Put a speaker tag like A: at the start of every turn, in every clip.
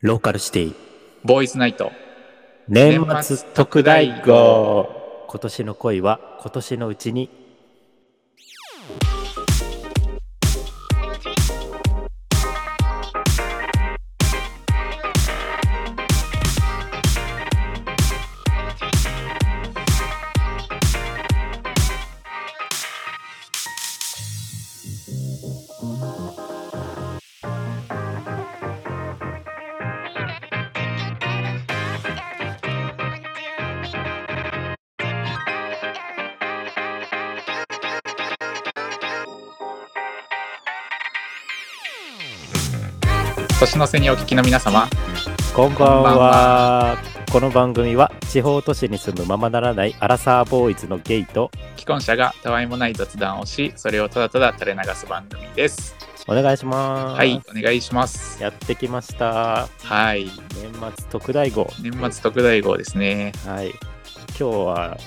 A: ローカルシティ
B: ボーイズナイト。
A: 年末特大号今年の恋は今年のうちに
B: 年の瀬にお聞きの皆様、
A: こんばんはこの番組は地方都市に住むままならないアラサーボーイズのゲイと
B: 既婚者がたわいもない雑談をし、それをただただ垂れ流す番組です。
A: お願いします
B: はい、お願いします。
A: やってきました
B: はい、
A: 年末特大号
B: 年末特大号ですね。
A: はい今日は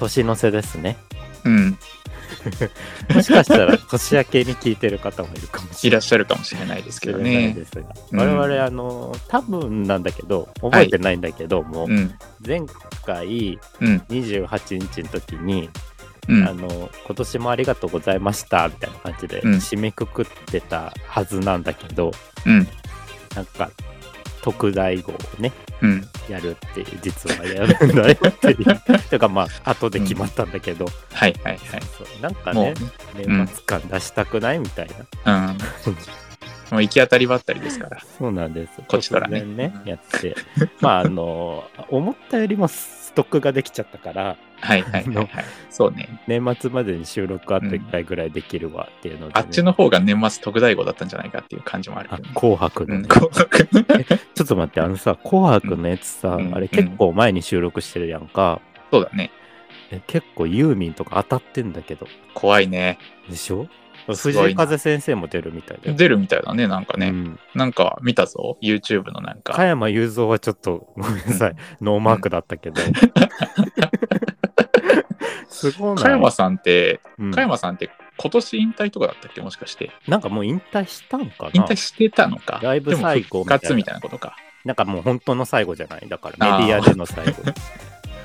A: 年の瀬ですね
B: うん、
A: もしか したら年明けに聞いてる方もいるかもし
B: い
A: れ
B: らっしゃるかもしれないですけど
A: ない
B: ね。
A: ですが、
B: うん
A: 我々あの多分なんだけど覚えてないんだけども、
B: うん、
A: 前回
B: うん、
A: 28日の時に、
B: う
A: あ
B: ん、
A: の今年もありがとうございましたみたいな感じで
B: うん
A: 締めくくってたはずなんだけど、
B: うん、
A: なんか特大号をね
B: うん、
A: やるって実はやるんだよっていう てかまあ後で決まったんだけど、
B: はい、はい、はい。
A: そうなんか
B: もう
A: ね、年末感出したくないみたいな、
B: うん。もう行き当たりばったりですから。
A: そうなんです
B: こちとらね
A: 突然ね
B: うん
A: やってまああの思ったよりもストックができちゃったから
B: はい、はい、はい、はい。そうね。
A: 年末までに収録あと1回ぐらいできるわっていうのでね、
B: あっちの方が年末特大号だったんじゃないかっていう感じもあるけ
A: あ
B: どね。
A: 紅白
B: う
A: の
B: ん
A: ね、
B: 紅白
A: ちょっと待って、あのさ、紅白のやつさ、
B: うん
A: あれ結構前に収録してるやんか。
B: そうだね。
A: え結構ユーミンとか当たってんだけど。
B: 怖いね。
A: でしょ
B: す
A: 藤
B: ご
A: 井
B: いな
A: 風先生も出るみたいだよ。
B: 出るみたいだね、なんかね。
A: うん
B: なんか見たぞ、YouTube のなん
A: 加
B: か。
A: 山雄三はちょっとごめんなさい、ノーマークだったけど。 すごい
B: 加
A: な
B: 山さんって、
A: うん
B: 加山さんって今年引退とかだったっけもしかして。
A: なんかもう引退したんかな
B: 引退してたのか。
A: ライブ最後
B: でも復活みたいなことか。
A: なんかもう本当の最後じゃないだから
B: あー
A: メディアでの 最後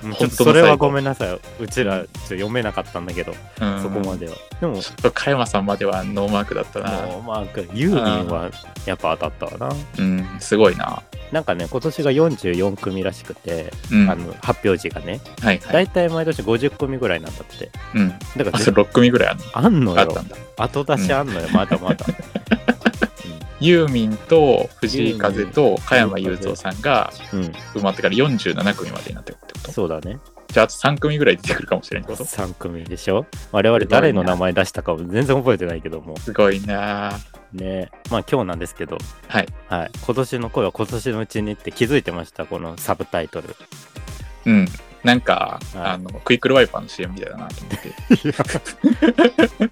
A: うんちょっとそれはごめんなさいうちらちょっと読めなかったんだけど、
B: うん
A: そこまではでもも
B: ちょっと加山さんまではノーマークだったな。
A: うまあユーミンはやっぱ当たったわな
B: うん、すごいな。
A: なんかね今年が44組らしくて、
B: うん。
A: あ
B: はい
A: の発表時がね
B: はい。
A: 大体毎年50組ぐらいなんだって
B: うん。
A: だから
B: あと6組ぐらいあんの
A: あんの
B: あっ
A: よ
B: たんだ。
A: 後出しあんのよまだ まだ
B: ユーミンと藤井風と加山雄三さんが
A: うん、うん
B: 埋まってから47組までになってるってこと。
A: そうだね
B: じゃああと3組ぐらい出てくるかもしれないってこと。
A: 3組でしょ我々誰の名前出したかも全然覚えてないけども
B: すごいなあ
A: ねまあ今日なんですけど
B: はい。
A: はい、今年の声は今年のうちにって気づいてましたこのサブタイ トル
B: うん。なんか、
A: はい
B: あの、クイックルワイパーの CM みたいだなと思って。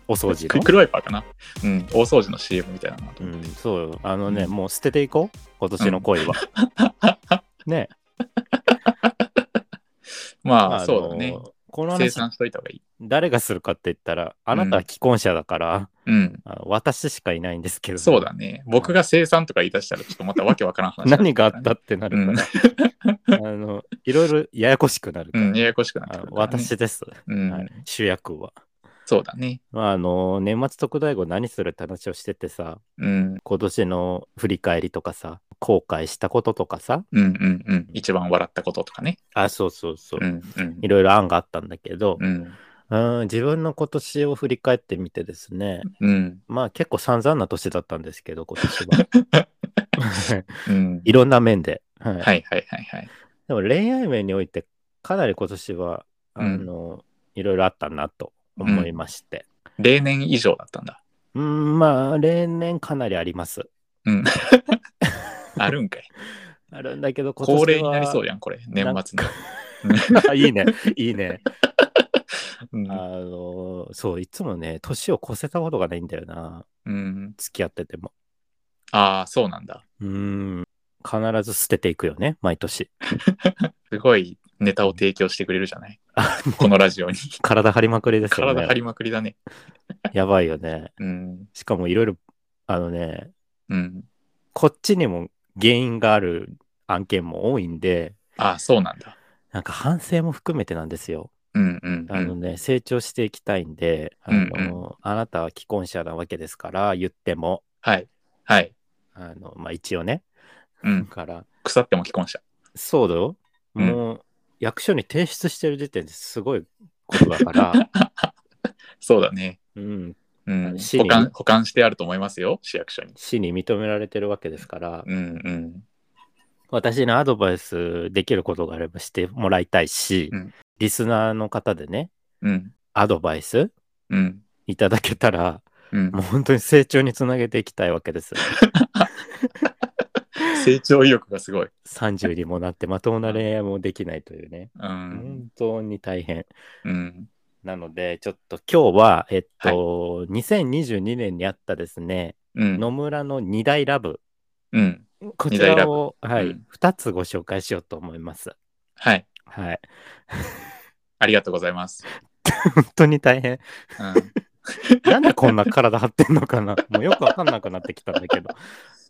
A: お掃除
B: クイッ
A: の
B: クルワイパーかなうん。大掃除の CM みたいだなと
A: う
B: 思っ
A: ん
B: て。
A: そうよあのね、
B: うん
A: もう捨てていこう今年の恋は、ね
B: ま
A: の
B: あ、そうだね。
A: この
B: 生
A: 話
B: 産しといた方がいい。
A: 誰がするかって言ったらあなたは既婚者だから、
B: うん。
A: あ私しかいないんですけど
B: そうだね。僕が生産とか言い出したら、ちょっとまたわけわからん話になる
A: 何があったってな
B: う
A: る
B: ん
A: か。ら、あのいろいろややこしくなる
B: う
A: から、
B: ん。ややこしくなって
A: あ
B: くるからね。
A: 私です、
B: うん。
A: はい主役は、
B: そうだね。
A: まあ、あの年末特大号何するって話をしててさ
B: うん。
A: 今年の振り返りとかさ後悔したこととかさ
B: うんうんうん。一番笑ったこととかね。
A: あそうそうそう、
B: うんうん
A: い。ろいろ案があったんだけど、
B: うん。
A: うん、自分の今年を振り返ってみてですね
B: うん。
A: まあ結構散々な年だったんですけど今 年は
B: うん。
A: いろんな面で、はい
B: はいはいはいはい。
A: でも恋愛面においてかなり今年はあ
B: うん
A: の、いろいろあったなと思いまして、
B: 例年以上だったんだ。
A: うん、まあ例年かなりあります
B: うん。あるんかい。
A: あるんだけど 今年は
B: 恒例になりそうやん、これ。年末 の。
A: いいねいいね
B: うん
A: あのそういつもね年を越せたことがないんだよな
B: うん。
A: 付き合ってても
B: ああ、そうなんだ。
A: うーん必ず捨てていくよね毎年
B: すごいネタを提供してくれるじゃない。
A: あ
B: このラジオに。
A: 体張りまくりですよ
B: 体
A: ね
B: 張りまくりだね。
A: やばいよね
B: うん。
A: しかもいろいろあのね
B: うん。
A: こっちにも原因がある案件も多いんで、
B: あ、そうなんだ。
A: なんか反省も含めてなんですよ。
B: うんうん、う
A: あの
B: ん。
A: ね、成長していきたいんで、あの、あなたは既婚者なわけですから、言っても、
B: はい。はい。
A: あの、まあ、一応ね。
B: う
A: だ
B: ん。
A: から、
B: 腐っても既婚者。
A: そうだよ。
B: うん
A: もう、役所に提出してる時点ですごいことだ から、
B: そうだね。
A: うん、
B: うん。
A: 市
B: 保
A: 民
B: 管、保管してあると思いますよ、市役所に。
A: 市に認められてるわけですから、
B: うんうん。
A: 私のアドバイスできることがあればしてもらいたいし、
B: うん
A: リスナーの方でね、
B: うん。
A: アドバイス
B: うん。
A: いただけたら、
B: うん
A: もう本当に成長につなげていきたいわけです。
B: 成長意欲がすごい。
A: 30にもなってまともな恋愛もできないというね、
B: うん。
A: 本当に大変。
B: うん。
A: なので、ちょっと今日は、えっと、2022年にあったですね、
B: うん。
A: 野村の2大ラブ、
B: うん。
A: こちらを、
B: ラ
A: は
B: ブ
A: い、
B: うん
A: 2つご紹介しようと思います。
B: はい。
A: はい、
B: ありがとうございます。
A: 本当に大変。
B: うん。
A: なんでこんな体張ってんのかなもうよくわかんなくなってきたんだけど。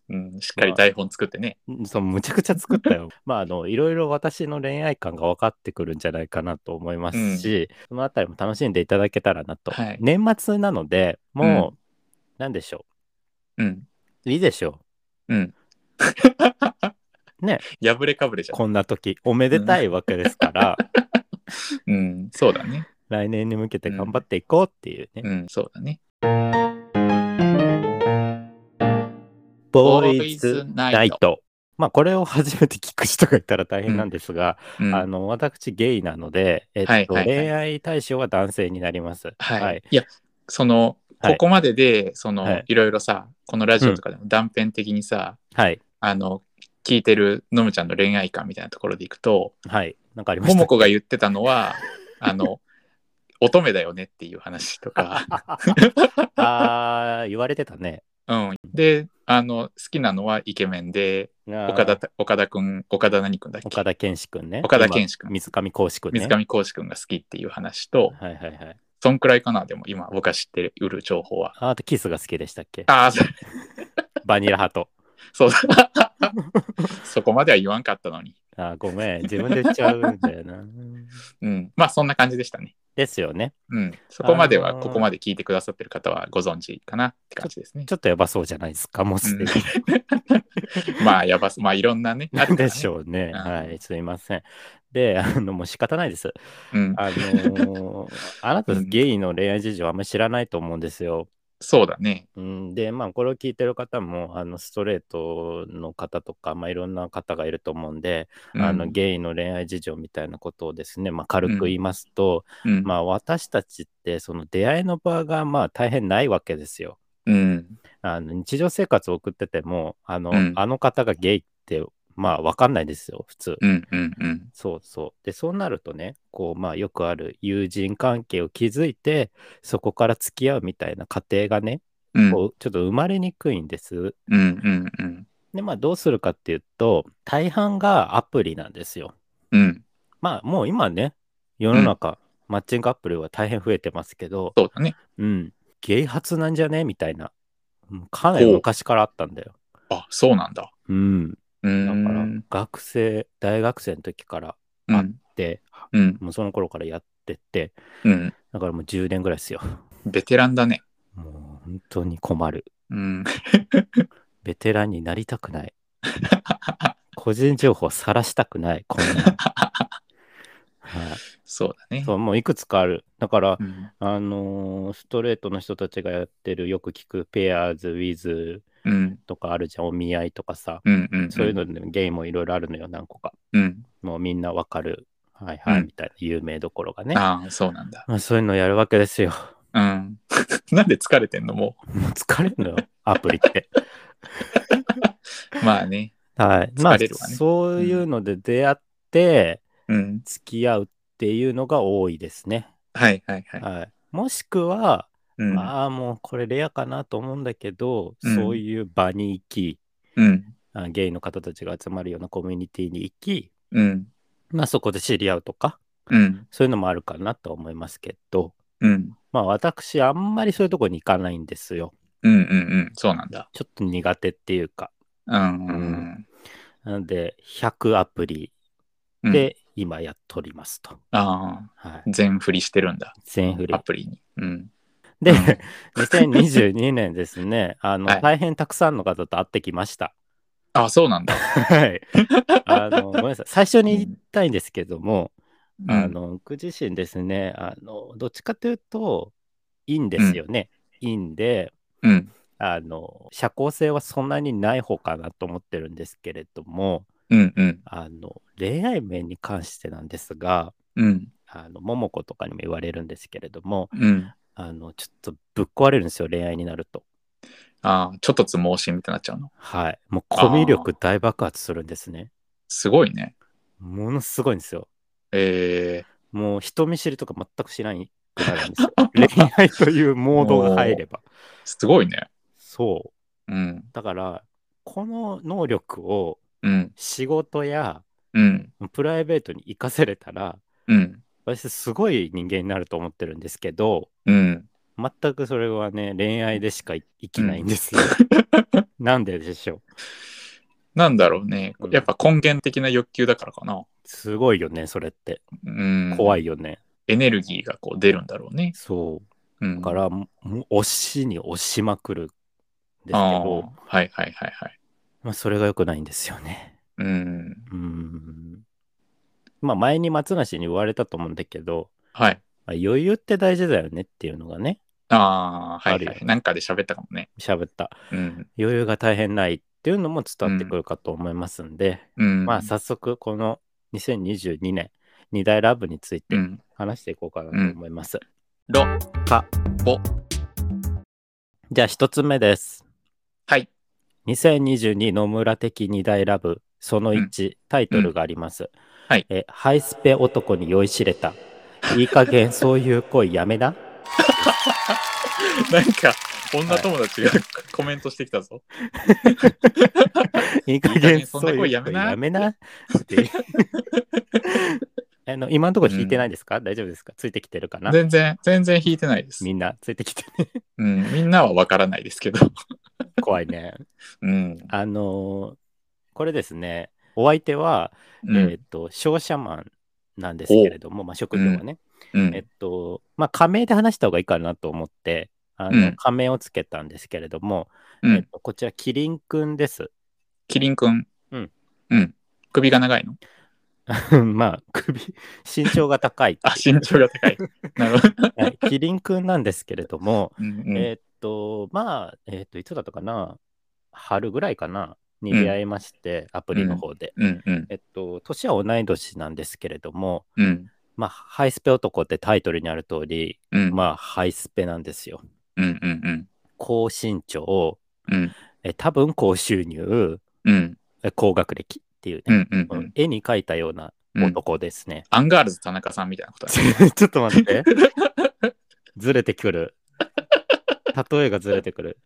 B: うん、しっかり台本作ってね。
A: そうむちゃくちゃ作った よ。まあ、あの、いろいろ私の恋愛観が分かってくるんじゃないかなと思いますし、そのあたりも楽しんでいただけたらなと。
B: はい
A: 年末なので、もう、なんでしょ
B: うん。
A: う。いいでしょ
B: うん。
A: ね。
B: 破れかぶれじ
A: う。
B: ゃん。
A: こんな時、おめでたいわけですから、
B: うん。そうだね。
A: 来年に向けて頑張っていこうっていうね。
B: うん。そうだね。
A: ボーイズナイト。まあ、これを初めて聞く人がいたら大変なんですが、
B: うん
A: あの、私、ゲイなので、えっと、
B: はいはいはい
A: 恋愛対象は男性になります。
B: はい。い、や、その、
A: はい
B: ここまでで、その、
A: はい
B: い、ろいろさ、このラジオとかでも断片的にさ、
A: はい。
B: あの、聞いてるのむちゃんの恋愛観みたいなところでいくと、
A: はい。なんかありま
B: も
A: した
B: もこが言ってたのは、あ の、乙女だよねっていう話とか、
A: ああ、言われてたね。
B: うん。で、あの、好きなのはイケメンで、岡
A: 岡
B: 田た、岡田くん、岡田何くんだっけ
A: 岡田健志くんね。
B: 岡田健志くん
A: 今水上孝志くんね。
B: 水上浩志くんが好きっていう話と、
A: はいはいはい。
B: そんくらいかな、でも今僕が知ってうる情報は。
A: ああとキスが好きでしたっけ
B: ああ、そ
A: バニラハト。
B: そうだ。 そこまでは言わんかったのに。
A: あーごめん。自分で言っちゃうんだよ な。
B: うん。まあそんな感じでしたね。
A: ですよね。
B: うん。そこまで
A: あ
B: は、
A: のー
B: ここまで聞いてくださってる方はご存知かなって感じですね。
A: ちょっとやばそうじゃないですか、もうすでに。
B: まあやばす。まあいろん なね。あるから
A: で
B: ね
A: しょうね。
B: うん
A: はい、すいません。で、あの、もう仕方ないです。
B: うん。
A: あのーあなた
B: うん
A: ゲイの恋愛事情あんまり知らないと思うんですよ。
B: そうだね。
A: うん、で、まあ、これを聞いてる方も、あのストレートの方とか、まあ、いろんな方がいると思うんで、
B: うん
A: あのゲイの恋愛事情みたいなことをですね、まあ、軽く言いますと、
B: うん。
A: まあ、私たちって、その出会いの場が、まあ、大変ないわけですよ。
B: うん。
A: あの日常生活を送ってても、あの,、
B: うん
A: あの方がゲイって、まあ、わかんないですよ、普通。
B: うん。うん。うん。
A: そうそう。で、そうなるとね、こう、まあ、よくある友人関係を築いて、そこから付き合うみたいな過程がね、
B: うん。
A: こうちょっと生まれにくいんです。
B: うん。うん。うん。
A: で、まあ、どうするかっていうと、大半がアプリなんですよ。
B: うん。
A: まあ、もう今ね、世の中、マッチングアプリは大変増えてますけど、
B: そうだね。
A: うん、ゲイ発なんじゃねみたいな、うんかなり昔からあったんだよ。
B: あ、そうなんだ。
A: うん。
B: う
A: だ
B: ん。
A: から、学生、大学生の時から
B: う
A: あっ
B: ん。
A: て、
B: うん。
A: もうその頃からやってて、
B: うん。
A: だからもう10年ぐらいですよ。
B: ベテランだね。
A: もう本当に困る。
B: うん。
A: ベテランになりたくない。 個人情報さらしたくない。こんなのはい
B: そうだね。
A: そう、もういくつかある。だから、
B: うん。
A: あのーストレートの人たちがやってる、よく聞く、ペアーズ、ウィズ
B: うん。
A: とかあるじゃん、お見合いとかさ。
B: うん。うん。
A: そういうので、ゲイもいろいろあるのよ、何個か。
B: うん。
A: もうみんなわかる。はいはい、
B: うん
A: みたいな有名どころがね。
B: ああ、そうなんだ。
A: まあ、そういうのやるわけですよ。
B: うん。 なんで疲れてんのも
A: もう疲れるのよ、アプリって。
B: う。まあね。
A: はい。まあ、
B: 疲れるわね
A: そういうので出会って、
B: うん。
A: 付き合うっていうのが多いですね。
B: はいはいはい。
A: はい、もしくは、
B: うん。
A: ああ、もうこれレアかなと思うんだけど、
B: うん
A: そういう場に行き、
B: うん。
A: あゲイの方たちが集まるようなコミュニティに行き、
B: うん。
A: まあそこで知り合うとか、
B: うん。
A: そういうのもあるかなと思いますけど、
B: うん。
A: まあ私、あんまりそういうとこに行かないんですよ。
B: うん。うん。そうなんだ。
A: ちょっと苦手っていうか。
B: うん。
A: なんで、100アプリ
B: うん、
A: で今やっておりますと。
B: ああ、
A: はい。
B: 全振りしてるんだ。
A: 全振り
B: ア。プリに。うん。
A: で、2022年ですね、あの、
B: はい
A: 大変たくさんの方と会ってきました。
B: あそうなんだ。
A: はい。あの、ごめんなさい。最初に言いたいんですけども、
B: う ん
A: あの、僕自身ですね、あの、どっちかというと、いいんですよね。いいんで、
B: うん。
A: あの、社交性はそんなにない方かなと思ってるんですけれども、
B: うんうん。
A: あの、恋愛面に関してなんですが、
B: うん。
A: あの、桃子とかにも言われるんですけれども、
B: うん。
A: あの、ちょっとぶっ壊れるんですよ、恋愛になると。
B: ああ、ちょっとつ盲信みたいになっちゃうの。
A: はい。もうコミュ力大爆発するんですね。
B: すごいね。
A: ものすごいんですよ。
B: え
A: もう人見知りとか全くしないくなるんです よ。恋愛というモードが入れば。
B: ー、すごいね。
A: そう。
B: うん。
A: だから、この能力を
B: うん。
A: 仕事や
B: うん。
A: プライベートに活かせれたら、
B: うん。
A: 私すごい人間になると思ってるんですけど、
B: うん。
A: 全くそれはね、恋愛でしか生きないん ですよ。なんででしょう。
B: なんだろうね
A: うん。
B: やっぱ根源的な欲求だからかな。
A: すごいよね、それって。
B: うん。
A: 怖
B: い。
A: いよね。
B: エネルギーがこう出るんだろうね。
A: そう。
B: うん。
A: だから、もう押しに押しまくるんですけ
B: ああ
A: ど、
B: はいはいはいはい。
A: まあ、それが良くないんですよね。
B: うん。
A: うーん。まあ、前に松梨に言われたと思うんだけど、
B: はい。
A: まあ余裕って大事だよねっていうのがね、
B: ああ、は
A: ある
B: い
A: よ
B: は
A: ね
B: い。なんかで喋ったかもね。
A: 喋った。
B: うん。
A: 余裕が大変ないっていうのも伝わってくるかと思いますんで、
B: うん。
A: まあ、早速、この2022年、二大ラブについて
B: うん。
A: 話していこうかなと思います。
B: ろ。
A: か
B: ぼ。
A: じゃあ、一つ目です。
B: はい。
A: 2022野村的二大ラブ、その1、タイトルがあります。
B: はい
A: え、ハイスペ男に酔いしれ た。いい加減そういう恋やめな。
B: なんか、女友達がコメントしてきたぞ。
A: いい加
B: いい加
A: 減
B: 減
A: そうんい
B: そな
A: う
B: 恋
A: 恋
B: やめな
A: やめな。って いうあの今のところ引いてないですか、大丈夫ですかついてきてるかな
B: 全然、全然引いてないです。
A: みんなついてきてね。
B: うん。みんなはわからないですけど。
A: 怖いね。
B: うん。
A: あのーこれですね、お相手は、
B: うん
A: えっ、と、商社マンなんですけれども、まあ、職業はね、
B: うん
A: えっと、まあ、仮名で話した方がいいかなと思って、あの
B: うん
A: 仮名をつけたんですけれども、
B: う
A: えっ
B: ん。
A: と、こちら、キリンくんです。
B: キリンくん。
A: うん。
B: うん。首が長いの
A: まあ、首、身長が高いって
B: あ、
A: い
B: 身長が 高い。なるほど。
A: う、はいキリンくんなんですけれども、
B: うんうん
A: えっと、まあ、えっと、いつだったかな、春ぐらいかな、に出会いまして、アプリの方で。
B: うんうん
A: えっと、年は同い年なんですけれども、
B: うん
A: まあ、ハイスペ男ってタイトルにある通り、
B: うん
A: まあ、ハイスペなんですよ。
B: うんうんうん
A: 高身長、
B: うん
A: え多分高収入、
B: うん
A: え高学歴っていう
B: う
A: ね、
B: んうん
A: この絵に描いたような
B: うん
A: 男ですね。
B: アンガールズ田中さんみたいなことだね
A: ちょっと待 って。ずれてくる。例えがずれてくる。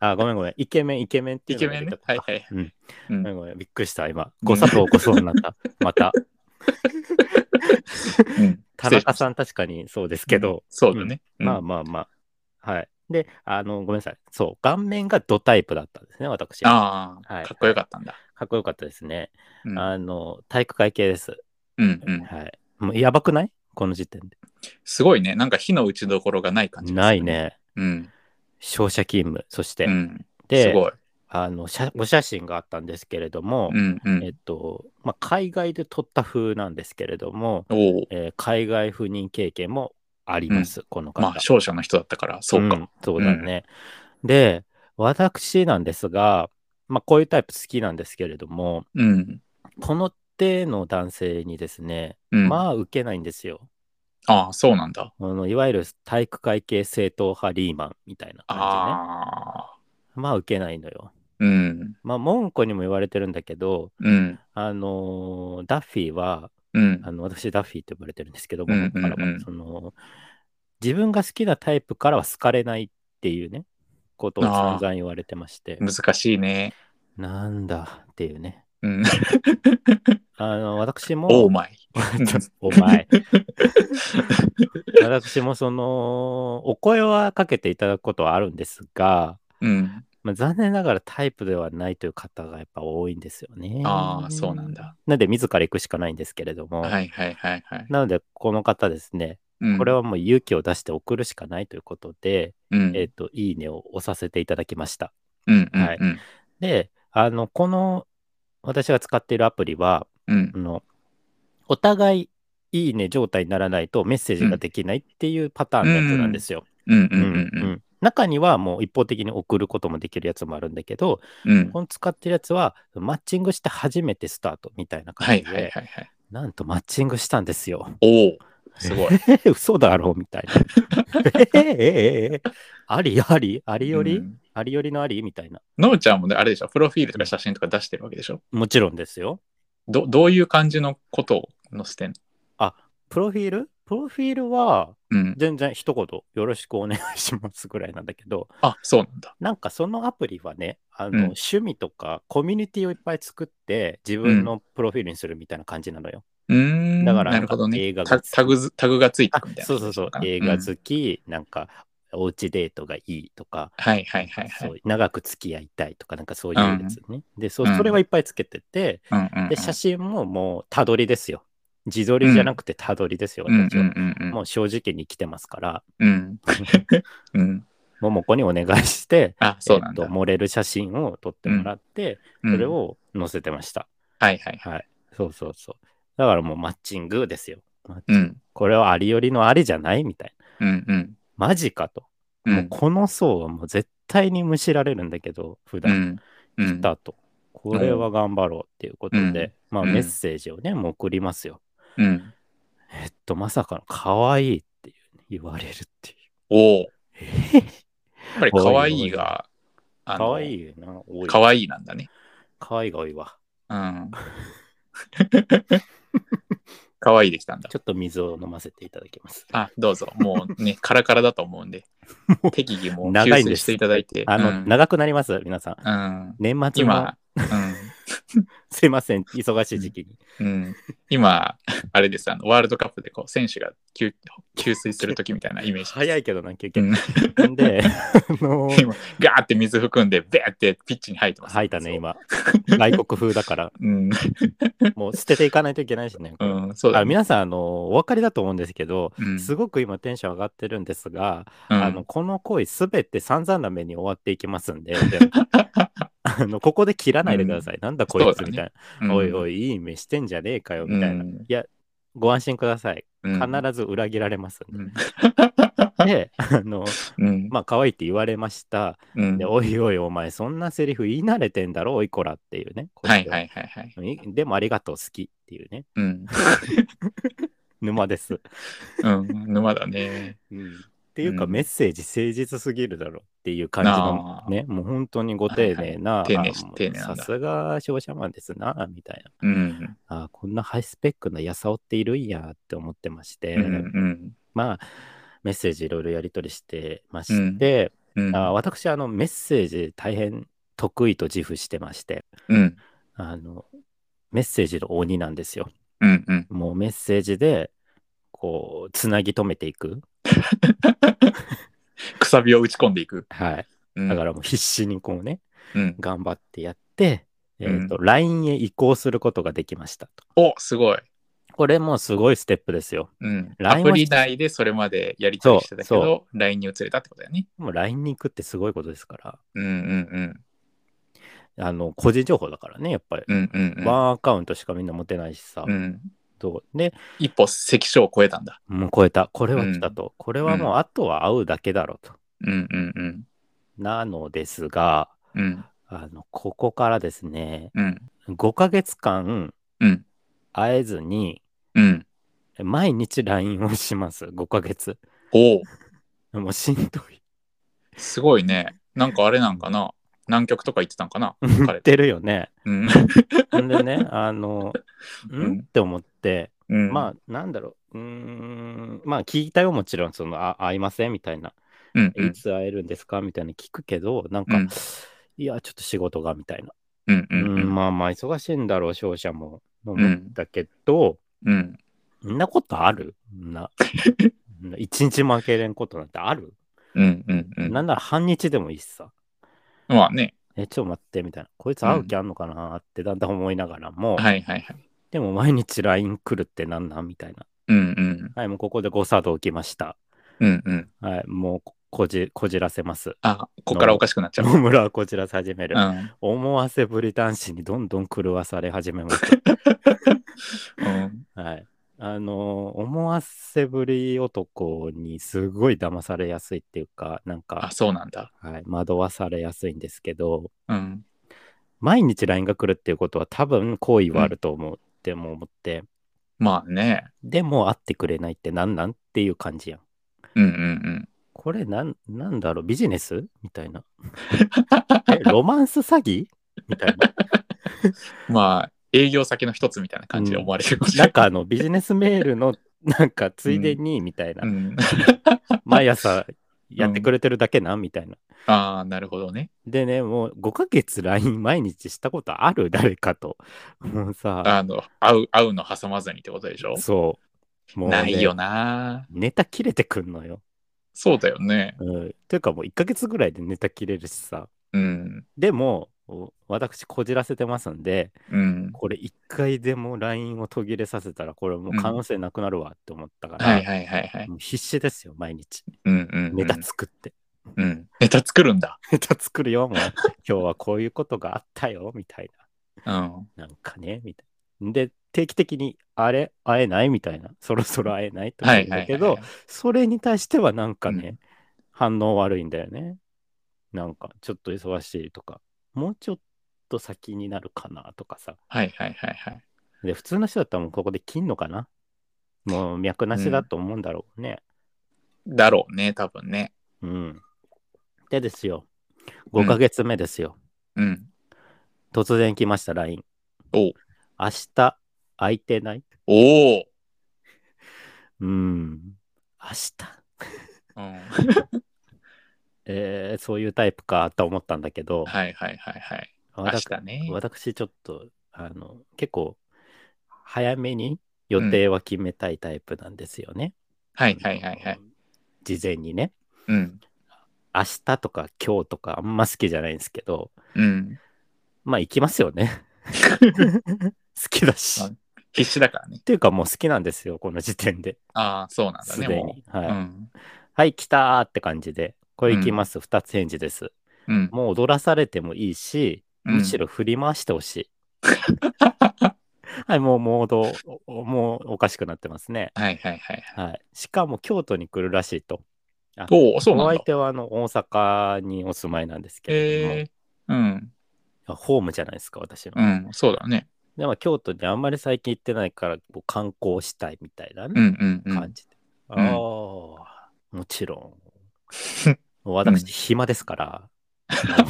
A: あ、ごめんごめん。イケメン、イケメンってい
B: イ
A: う
B: ケ
A: のが
B: メ
A: 出
B: ンね
A: て。こ
B: は
A: ない
B: はい。
A: うん
B: う
A: ごめ
B: ん
A: んごめん。びっくりした、今。誤作動起こそうになった。ま た。
B: うん
A: 田中さん、確かにそうですけど、
B: そうだね。うん
A: まあまあまあ。はい。で、あの、ごめんなさい。そう、顔面がドタイプだったんですね、私。か
B: あ
A: は
B: あ、
A: い
B: かっこよかったんだ。
A: っこよかったですね。
B: うん
A: あの、体育会系です。
B: うんうん。
A: はい。もうやばくないこの時点で。
B: すごいね。なんか火の打ちどころがない感じがする
A: ない。ね。
B: うん。
A: 商社勤務。そして、
B: うん。す
A: で、
B: ごい。
A: あの写お写真があったんですけれども、
B: うんう
A: えっ
B: ん。
A: と、まあ、海外で撮った風なんですけれども、
B: おお。
A: えー海外赴任経験もあります、この方。
B: まあ、勝者の人だったから、そう
A: う
B: か。
A: んそうだね。で、私なんですが、まあ、こういうタイプ好きなんですけれども、
B: うん。
A: この手の男性にですね、
B: うん。あ
A: まあ、受けないんですよ。
B: あー、そうなんだ。
A: あのいわゆる体育会系正統派リーマンみたいな感じね。
B: ああ。
A: まあ受けないのよ。
B: うん。
A: まあ文句にも言われてるんだけど、
B: うん。
A: あのーダッフィーは、
B: うん。
A: あの私ダッフィーって呼ばれてるんですけど、
B: うんうんうん
A: 僕からはその自分が好きなタイプからは好かれないっていうね、ことを散々言われてまして、
B: 難しいね。
A: なんだっていうね。
B: うん。
A: あの私
B: オー
A: も、
B: マイ。
A: お前。私もその、お声はかけていただくことはあるんですが、
B: うん。
A: まあ、残念ながらタイプではないという方がやっぱ多いんですよね。
B: ああ、そうなんだ。
A: なんで自ら行くしかないんですけれども、
B: はいはいはいはい。
A: なのでこの方ですね、
B: うん
A: これ、はもう勇気を出して送るしかないということで、
B: うん、
A: えっ、と、いいねを押させていただきました。
B: うん、うん、
A: はい
B: うん、
A: で、あの、この私が使っているアプリは、
B: うん
A: あ。のお互いいいね状態にならないとメッセージができないっていうパターンのやつなんですよ。
B: うん、う、
A: うんんうん中にはもう一方的に送ることもできるやつもあるんだけど、
B: うん、うん。
A: この使ってるやつはマッチングして初めてスタートみたいな
B: は
A: 感
B: い
A: じで、
B: はいはいはい。
A: なんとマッチングしたんですよ。
B: おお、すごい。
A: え 嘘だろうみたいな。 えええええありありありより、
B: うん
A: ありよりのありみたいな。
B: のぶちゃんもね、あれでしょ、プロフィールとか写真とか出してるわけでしょ。
A: もちろんですよ。
B: どどういう感じのことを載せてんの
A: プロフィールプロフィールは
B: うん。
A: 全然一言よろしくお願いしますぐらいなんだけど、
B: あ、そうなんだ。
A: なんかそのアプリはね、あの
B: うん
A: 趣味とかコミュニティをいっぱい作って自分のプロフィールにするみたいな感じなのよ。
B: うーん。
A: だから
B: なるほどね。
A: 映画が
B: タタグずタグがついて
A: あ
B: くみたいな。
A: そうそうそう、映画好き、なんかおうちデートがいいとか、
B: はいはいはいは
A: そ
B: い。
A: う長く付き合いたいとか、なんかそういうやつね。でそ、
B: うん
A: それはいっぱいつけてて、
B: うんうんうん
A: で、写真ももうたどりですよ。自撮りじゃなくてたどりですよ、
B: うん
A: 私
B: う
A: は。
B: んうんうん
A: もう正直に来てますから、
B: うん。うん。
A: ももこにお願いして、
B: あ、 そうなん
A: え
B: だ
A: っと。漏れる写真を撮ってもらって、
B: うん
A: それを載せてました。
B: はいはいはい。
A: はい。そうそうそう。だからもうマッチングですよ。マッチン
B: う
A: グ
B: ん。
A: これはありよりのありじゃないみたいな。
B: うんうん。
A: マジかと。
B: う。
A: もうんこの層はもう絶対にむしられるんだけど、普
B: う
A: 段
B: ん。う
A: 来
B: ん。
A: たと。これは頑張ろうっていうことで、まあ
B: うん
A: メッセージをね、もう送りますよ。
B: うん。
A: えっと、まさかの可愛いっていう、言われるっていう。
B: おお。やっぱり可愛いが、あの
A: 可愛いな、多い。
B: 可愛いなんだね。
A: 可愛いが多いわ。
B: うん。 可愛いできたんだ
A: ち。ょっと水を飲ませていただきます。
B: あ、どうぞ。も うね、カラカラだと思うんで、適宜もう吸
A: 長いんで
B: 水
A: す
B: していただいて。
A: あの、
B: うん
A: 長くなります、皆さん。
B: うん。
A: 年末の、
B: 今、うん。
A: すいません、忙しい時期に。
B: うん、今、あれですあの、ワールドカップでこう選手が給給水するときみたいなイメージ。
A: 早いけどな、休
B: う
A: 憩。
B: ん、
A: で、あ のー
B: 今、ガーって水含んで、ベーってピッチに入ってます。
A: 吐いたね、今。外国風だから、
B: うん、
A: もう捨てていかないといけないしね。
B: うん、そうだ
A: あ
B: ね。
A: 皆さん、あのーお分かりだと思うんですけど、
B: うん
A: すごく今テンション上がってるんですが、
B: うん
A: あのこの恋すべて散々な目に終わっていきますん で、で あのここで切らないでください。なんだこいつ
B: そうだね
A: みたい
B: うん
A: な。おいおい、いい目してんじゃねえかよみたいな。
B: う
A: い
B: ん
A: や、ご安心ください。
B: うん
A: 必ず裏切られますんで。
B: う
A: で、あの、
B: ん
A: まあ、可愛いって言われました。
B: うん
A: で、おいおい、お前、そんなセリフ言い慣れてんだろ、おいこらっていうね。
B: はいはいはいはい。
A: い。でも、ありがとう、好きっていうね。
B: うん、
A: 沼です。
B: うん、沼だね。
A: っていうか、
B: うん
A: メッセージ誠実すぎるだろっていう感じの
B: あー
A: ね、もう本当にご丁寧な、
B: はいはい丁
A: あ
B: 寧
A: もう
B: 丁寧なん
A: さ
B: だ
A: すが商社マンですな、みたいな。
B: うん、
A: あーこんなハイスペックなやさおっているんやって思ってまして、
B: うん、うん
A: まあ、メッセージいろいろやり取りしてまして、
B: うん、
A: あー私、あの、メッセージ大変得意と自負してまして、
B: うん、
A: あの、メッセージの鬼なんですよ。
B: うん、うん。
A: もうメッセージで、こう、つなぎ止めていく。
B: くさびを打ち込んでいく。
A: はい。
B: うん
A: だからもう必死にこうね、
B: うん、
A: 頑張ってやって、えっ、
B: うん
A: と、LINE へ移行することができましたと。
B: お、すごい。
A: これもすごいステップですよ。
B: うん、ア
A: LINE
B: プ
A: を
B: リ
A: し
B: 内でそれまでやり取りしてたけ
A: そう
B: ど、LINE に移れたってことだよね。
A: もう LINE に行くってすごいことですから。
B: うんうん
A: あの、個人情報だからね、やっぱり。
B: うん。うんうんうん。
A: ワンアカウントしかみんな持てないしさ。
B: うん、
A: どうで、
B: 一歩関所を超えたんだ。
A: もう超えた。これは来たと。これはもう、
B: うん
A: あとは会うだけだろうと。
B: うんうんうん。
A: なのですが、
B: うん
A: あの、ここからですね、
B: うん
A: 5ヶ月間
B: うん
A: 会えずに、
B: うん。
A: 毎日 LINE をします。5ヶ月。
B: おお、
A: もうしんどい。
B: すごいね。なんかあれなんかな。南極とか行ってたんかな。
A: 言
B: 彼
A: ってるよね。
B: うん。
A: んでね、あ の、
B: うん
A: んって思って、
B: うん、
A: まあ、なんだろう。うーん、まあ、聞いたよ、もちろん、その、あ会いませんみたいな。
B: うんう
A: い
B: ん
A: つ会えるんですかみたいな聞くけど、なんか、
B: うん
A: いや、ちょっと仕事が、みたいな。
B: うんう
A: うん、
B: うんん
A: まあまあ、忙しいんだろう、商社も。思ったけど、
B: うん。
A: そんなことあるそん な。そんな一日負けれんことなんてある、
B: うんうんうん。
A: なんなら半日でもいいしさ。
B: うまあね。
A: え、ちょっと待って、みたいな。こいつ会う気あんのかなってだんだん思いながらも、
B: はいはいはい。
A: でも毎日 LINE 来るってなんなんみたいな。
B: うん
A: はい、もうここで誤作動起きました。
B: うん。うんうん。
A: はい、もうここじこじらせます。
B: あ、こっからおかしくなっちゃう。
A: 野村はこじらせ始め
B: う
A: る。
B: ん。
A: 思わせぶり男子にどんどん狂わされ始めます。
B: うん
A: はい。あのー思わせぶり男にすごい騙されやすいっていうか、なん
B: あ、
A: か、
B: そうなんだ。
A: はい、惑わされやすいんですけど、
B: うん。
A: 毎日 LINE が来るっていうことは多分好意はあると思うっても思って、
B: まあね。
A: でも会ってくれないってなんなんっていう感じやん。
B: うんうんうん。
A: これなん、なんだろうビジネスみたい な。え、ロマンス詐欺みたい な。
B: まあ、営業先の一つみたいな感じで思われてるかもしれ
A: なんかあの、ビジネスメールの、なんかついでに、みたいな
B: う。ん。
A: 毎朝やってくれてるだけな、みたいな。
B: ああ、なるほどね。
A: でね、もう5ヶ月 LINE 毎日したことある誰かと。もうさ、
B: あの、会う、会うの挟まずにってことでしょ
A: そう。もうね、
B: ないよな。
A: ネタ切れてくんのよ。
B: そうだよね。
A: うん。というかもう1ヶ月ぐらいでネタ切れるしさ。
B: うん。
A: でも、お私こじらせてますんで、
B: うん。
A: これ1回でも LINE を途切れさせたら、これもう可能性なくなるわって思ったから、
B: はいはいはいはい。
A: もう必死ですよ、毎日。
B: うんうん、うん。
A: ネタ作って。
B: うん。ネタ作るんだ。
A: ネタ作るよ、もう。今日はこういうことがあったよ、みたいな。
B: うん。
A: なんかね、みたいな。で、定期的に、あれ、会えないみたいな、そろそろ会えないとか
B: は
A: 言う
B: い
A: ん
B: はい、は
A: だ
B: い。
A: けど、それに対してはなんか
B: う
A: ね、反応悪いんだよね。なんか、ちょっと忙しいとか、もうちょっと先になるかなとかさ。
B: はいはいはいはい。
A: で、普通の人だったらもうここで切んのかなもう脈なしだと思うんだろうね。
B: だろうね、多分ね。
A: うん。でですよ、
B: うん
A: 5ヶ月目ですよ。
B: うん。
A: 突然来ました、LINE。
B: おう
A: 明日、空いてない
B: おお、
A: うん。明日
B: うん、
A: えーそういうタイプかと思ったんだけど、
B: はいはいはいはい。明
A: 私
B: 日ね。
A: 私ちょっとあの結構早めに予定は決めたいタイプなんですよね。
B: はいはいはいはい。
A: 事前にね。
B: うん。
A: 明日とか今日とかあんま好きじゃないんですけど、
B: うん。
A: まあ行きますよ ね。好きだし。
B: あ
A: っ
B: 必死だからね。
A: ていうかもう好きなんですよ、この時点で。
B: ああ、そうなんだ
A: す
B: ね、
A: で
B: も
A: に。は
B: う。
A: い、
B: うん。
A: はい、来たーって感じで。これ行きます。二、つ返事です。
B: うん。
A: もう踊らされてもいいし、
B: うん
A: むしろ振り回してほしい。はい、もうモード、おもうおかしくなってますね。
B: はいはいはい。
A: はい。しかも京都に来るらしいと。
B: おお、そう
A: お
B: なん
A: 相
B: だ。
A: 手はあの大阪にお住まいなんですけれども、
B: えー、うん。
A: あホームじゃないですか、私の。
B: うん。そうだね。
A: でも京都にあんまり最近行ってないから、こう観光したいみたいな
B: う
A: ね、
B: んうんうん
A: 感。じで。ああ、もちろん。私、暇ですから、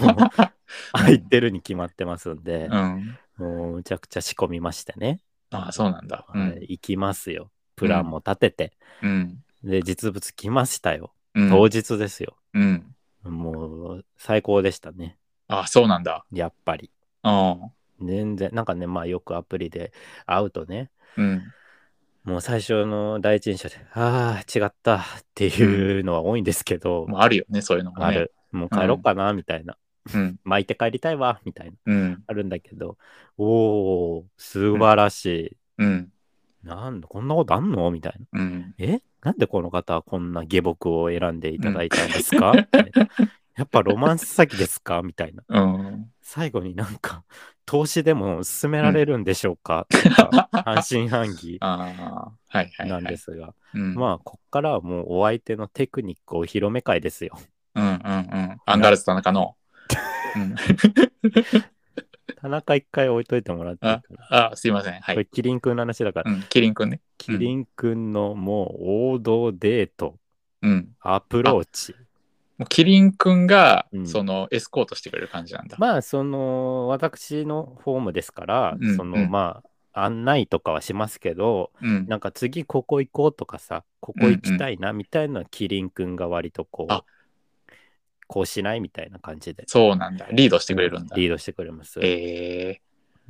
A: もう 空いてるに決まってますんで、
B: うん。
A: もうむちゃくちゃ仕込みましてね。
B: ああ、そうなんだ。う
A: は
B: ん。
A: い、行きますよ。プランも立てて。
B: うん。
A: で、実物来ましたよ。
B: うん
A: 当日ですよ。
B: うん。
A: もう、最高でしたね。
B: ああ、そうなんだ。
A: やっぱり。
B: うん。
A: 全然、なんかね、まあよくアプリで会うとね、
B: うん。
A: もう最初の第一印象で、ああ、違ったっていうのは多いんですけど、
B: もうあるよね、そういうのもね。
A: あ。る。もう帰ろうかな、みたいな。
B: うん。
A: 巻いて帰りたいわ、みたいな。
B: うん。
A: あるんだけど、おー、素晴らしい。
B: うん。
A: なんだ、こんなことあんのみたいな。
B: うん。
A: えなんでこの方はこんな下僕を選んでいただいたんですか、みたいなやっぱロマンス詐欺ですかみたいな。
B: うん。
A: 最後になんか、投資でも勧められるんでしょうか、と か半信半疑
B: ああ、はいはい、はい。
A: なんですが、
B: うん、
A: まあ、こっからはもうお相手のテクニックお披露目会ですよ。
B: うんうんうん。アンガールズ田 中の。うん、
A: 田中一回置いといてもらっていいかな。
B: あ、すいません。は
A: これ、
B: い。
A: キリンくんの話だから、
B: うん、キリンくんね。
A: キリンくんのもう王道デート、
B: うん。
A: アプローチ。
B: もうキリンくんが、
A: うん
B: その、エスコートしてくれる感じなんだ。
A: まあその私のホームですから、
B: うん
A: その
B: うん
A: まあ案内とかはしますけど、
B: うん。
A: なんか次ここ行こうとかさここ行きたいなみたいなキリンくんが割とこう、
B: あ
A: こうしないみたいな感じで
B: そうなんだ。リードしてくれるんだ。
A: リードしてくれます。
B: え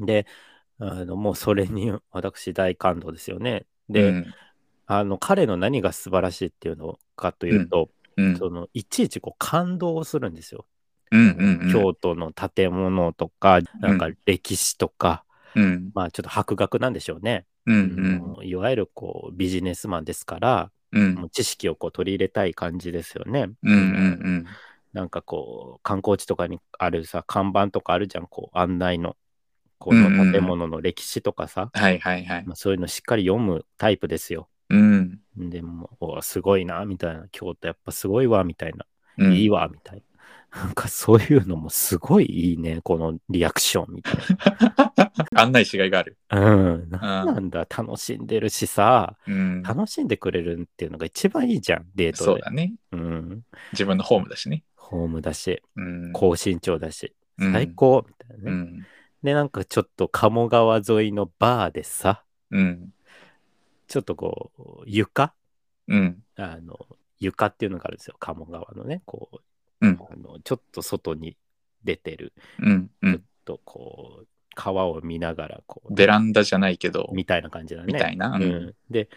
A: であのもうそれに私大感動ですよね。
B: ー、
A: で、
B: うん、
A: あの彼の何が素晴らしいっていうのかというと、
B: うん。
A: そのいちいちこう感動をするんですよ。
B: うんうんうん。
A: 京都の建物とか、なんか歴史とか、
B: うん
A: まあちょっと博学なんでしょうね。
B: うん
A: あのいわゆるこうビジネスマンですから、
B: うんうん
A: もう知識をこう取り入れたい感じですよね。
B: うんうん
A: なんかこう観光地とかにあるさ看板とかあるじゃんこう案内のこ
B: うんうんう
A: の
B: ん
A: 建物の歴史とかさ、
B: うん。はいはいはい。
A: まあ、そういうのしっかり読むタイプですよ。
B: うん。
A: でもうおすごいなみたいな京都やっぱすごいわみたいな、
B: うん
A: いいわみたいな。 なんかそういうのもすごいいいねこのリアクションみたい
B: 案内しがいがある。
A: な。うん、なんなんだ楽しんでるしさ
B: うん。
A: 楽しんでくれるっていうのが一番いいじゃんデー
B: そ
A: ト
B: う
A: で。
B: だね。
A: うん、
B: 自分のホームだしね。
A: ホームだし
B: うん。
A: 高身長だし
B: うん
A: 最高みたいなね。
B: うん。
A: で、なんかちょっと鴨川沿いのバーでさ、
B: うん。
A: ちょっとこう、床
B: うん。
A: あの、床っていうのがあるんですよ、鴨川のね、こう、
B: うん
A: あのちょっと外に出てる、
B: うん。
A: ち
B: う
A: ょっ
B: ん。
A: とこう、川を見ながら、こう、
B: ベランダじゃないけど。
A: みたいな感じだね。
B: みたいな
A: う
B: うんん。
A: で、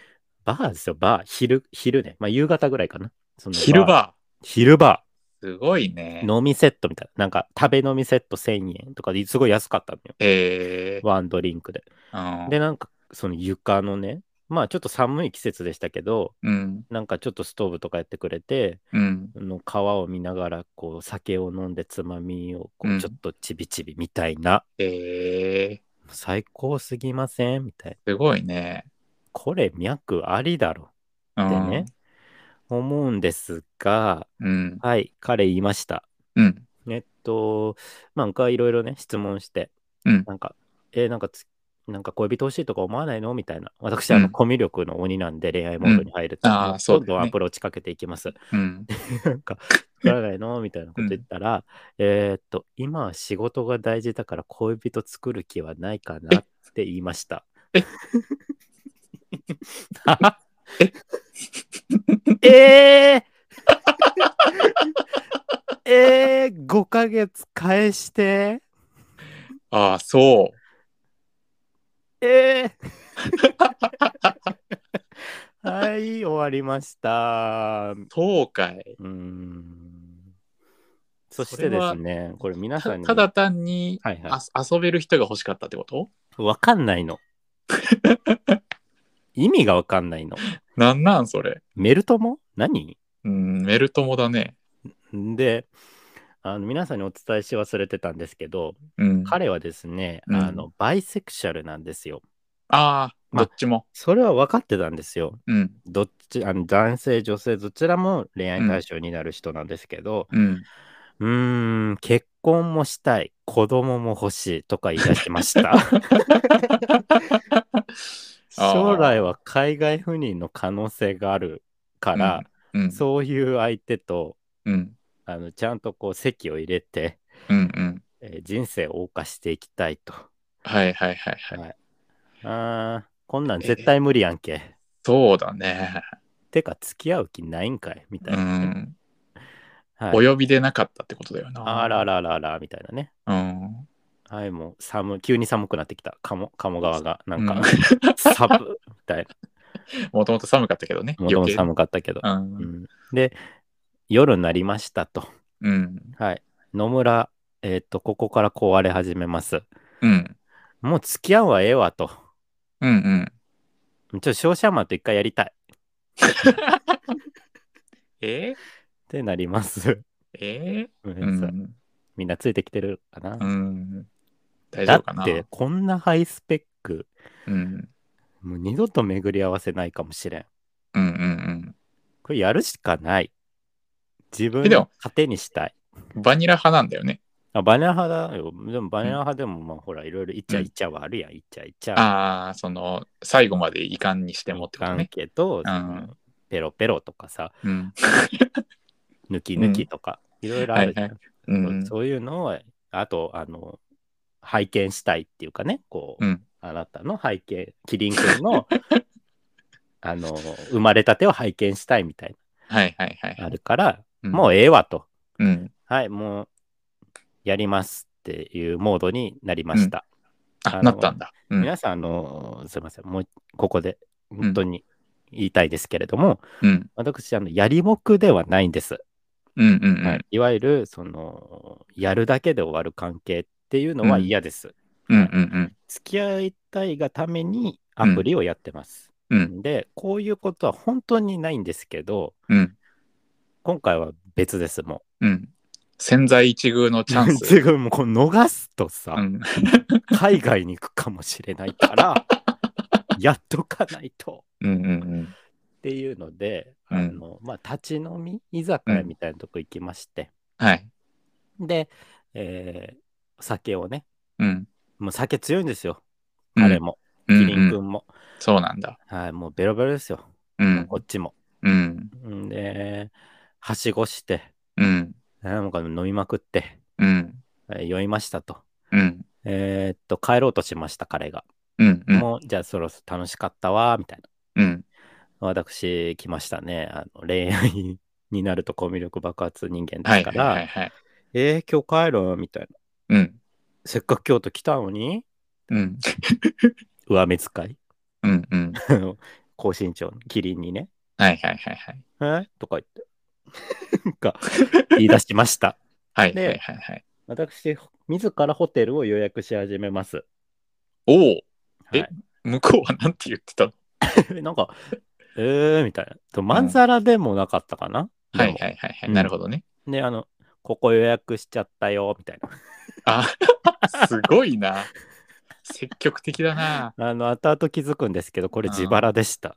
A: バーですよ、バー、昼、昼ね、まあ夕方ぐらいかな。その
B: 昼場。
A: 昼バ
B: すごいね。
A: ー、飲みセットみたいな、なんか食べ飲みセット1000円とかですごい安かったのよ、
B: え
A: ワンドリンクで。
B: ーうん
A: で、なんか、その床のね、まあちょっと寒い季節でしたけど、
B: うん。
A: なんかちょっとストーブとかやってくれて、
B: うん。
A: あの川を見ながら、こう、酒を飲んで、つまみを、こ
B: う
A: う、
B: ん
A: ちょっとちびちびみたいな、
B: え
A: 最高すぎませんみたいな。
B: ーすごいね。
A: これ、脈ありだろ
B: う
A: って
B: ん
A: ね、思うんですが、
B: うん。
A: はい、彼言いました。
B: うん。
A: えっと、まあ僕はいろいろね、質問して、
B: うん
A: なんか、えーなんかつ、なんか恋人欲しいとか思わないのみたいな。私、あの、
B: うん
A: コミュ力の鬼なんで恋愛モードに入ると、
B: うんあーそう
A: ど
B: だよ
A: ん
B: ね
A: どんアプローチかけていきます。
B: うん。
A: なんか、作らないのみたいなこと言ったら、えーっと、今は仕事が大事だから恋人作る気はないかなって言いました。
B: え
A: ええー、えー、5ヶ月返して
B: ああ、そう。
A: えー、はい、終わりました。
B: そうかいう
A: ーん。そし
B: そ
A: て
B: れ
A: で
B: は
A: すね、これ皆さん
B: た
A: に。
B: ただ単に、
A: はいはい
B: あ遊べる人が欲しかったってこと
A: わかんない の。意味がわかんないの。
B: なんなんそれ。
A: メルトモ何
B: うん、メルトモだね。
A: んで、あの皆さんにお伝えし忘れてたんですけど、
B: うん。
A: 彼はですね、
B: うん
A: あのバイセクシャルなんですよ。
B: ああ、
A: ま
B: ど
A: あ
B: っちも。
A: それは分かってたんですよ。
B: うん。
A: どっちあの男性、女性、どちらも恋愛対象になる人なんですけど、
B: うん。
A: うーん、結婚もしたい、子供も欲しいとか言い出しました。
B: あー
A: 将来は海外赴任の可能性があるから、
B: うん。
A: そういう相手と
B: うん。
A: あのちゃんとこう席を入れて、
B: うん。うん。
A: えー人生を謳歌していきたいと。
B: はいはいはいはい。
A: はいあーこんなん絶対無理やんけ。
B: そうだね。
A: てか付き合う気ないんかいみたいうな、ね
B: ん。
A: は
B: お
A: い。
B: 呼びでなかったってことだよな。
A: あららららみたいなね。
B: うん。
A: はい、もう寒い、急に寒くなってきた。鴨鴨川が、なんか、
B: うん
A: 寒みたい な。
B: もともと寒かったけどね。
A: もともと
B: 余計
A: 寒かったけど。
B: うん
A: うんで、夜になりましたと。
B: うん。
A: はい。野村、えっ、と、ここから壊れ始めます。
B: うん。
A: もう付き合うはええわと。
B: うんう
A: ちょっ
B: ん。
A: と商社マンと一回やりたい。
B: え
A: ってなります。
B: え
A: ごめ
B: うん
A: なさい
B: ん。
A: みんなついてきてるかな、
B: うん。大丈
A: だ
B: 夫かな
A: って、こんなハイスペック、
B: うん。
A: もう二度と巡り合わせないかもしれん。
B: うんうん
A: これやるしかない。自分
B: えでも
A: の糧にしたい。
B: うん。バニラ派なんだよね。
A: あバニラ派だよ。でもバニラ派でも、まあほら、いろいろイチャイチャはあるやん。イチャイチャ。
B: ああ、その、最後までいかんにしてもってこと
A: 関
B: ね。
A: 係と、
B: うん
A: そのペロペロとかさ、
B: うん。
A: 抜き抜きとか、いろいろあるじゃん、
B: はいはうん。
A: そういうのを、あと、あの、拝見したいっていうかね、こう、
B: うん
A: あなたの拝見、キリン君 の、あの、生まれたてを拝見したいみたい
B: はいはいはい
A: な、
B: は
A: あ
B: い。
A: るから、
B: うん
A: もうええわと。
B: うん。
A: はい、もう、やりますっていうモードになりました。あ
B: あ、
A: の
B: なったんだ。うん。
A: 皆さん、あの、すいません、もう、ここで、本当に言いたいですけれども、
B: うん。
A: 私、あの、やりもくではないんです。
B: うんうん
A: はい、いわゆるそのやるだけで終わる関係っていうのは嫌です。
B: うんうん
A: 付き合いたいがためにアプリをやってます。
B: うんうん
A: でこういうことは本当にないんですけど
B: うん
A: 今回は別ですも
B: うん潜在一遇の
A: う。
B: チャ ンス。
A: 違うもうこれ逃すとさ、
B: うん
A: 海外に行くかもしれないから やっとかないと。
B: うんうん
A: っていうので、
B: うん
A: あのまあ、立ち飲み居酒屋みたいなとこ行きまして、
B: はい。
A: で、えーお酒をね
B: うん。
A: もう酒強いんですよ
B: うん
A: 彼も、
B: う
A: キ
B: ん
A: リ
B: う
A: ン
B: ん。
A: 君も、
B: そうなんだ。
A: はいもうベロベロですよ、
B: うん
A: こっちも
B: うん
A: んではしごして
B: うん
A: なんか飲みまくって、
B: うん
A: えー酔いましたと
B: うん
A: えーっと帰ろうとしました彼が、
B: うんうん
A: もうじゃあそろそろ楽しかったわみたいな
B: うん
A: 私来ましたねあの恋愛になるとコミュ力爆発人間
B: は
A: で
B: い
A: すか
B: はい
A: ら、
B: はいはい。
A: えー、今日帰ろうみたいな
B: うん
A: せっかく京都来たのに
B: うん
A: 上目遣い
B: うんうん。
A: 高身長のキリンにね
B: はいはいはいはい。
A: 「えとか言って なんか言い出しました
B: はいは
A: で
B: いはいはい。
A: 私自らホテルを予約し始めます
B: おお
A: は
B: え向こうはなんて言ってた の
A: いなんかえーみたいなとまんざらでもなかったかな、で
B: はい
A: も
B: はいはいは
A: う
B: い。
A: ん
B: なるほどね。
A: であのここ予約しちゃったよみたい
B: あ すごいな。積極的だな。
A: なあの後々気づくんですけどこれ自腹でした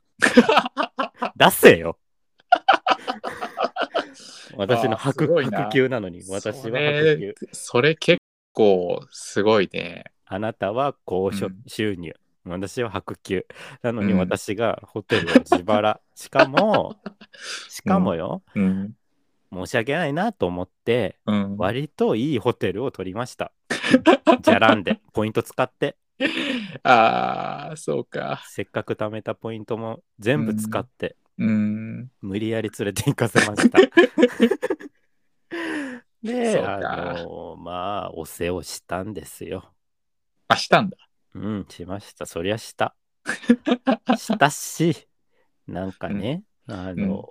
A: 出せ よ私の
B: あーす
A: 白
B: ごいな
A: 白球なのに私は
B: そ
A: 白
B: れ
A: 球
B: それ結構すごいね。
A: あなたは高所
B: うん
A: 収入、私は白給なのに
B: うん
A: 私がホテルを自腹、しか もしかもよ、
B: うん。
A: 申し訳ないなと思って
B: うん、
A: 割といいホテルを取りましたじゃらんでポイント使って
B: ああ、そうか。
A: せっかく貯めたポイントも全部使って、
B: うん。
A: 無理やり連れて行かせま したで
B: そうか
A: あのまあお世話したんですよ
B: あ、したんだ。
A: うん、しました。そりゃした。したし、なんかね、あの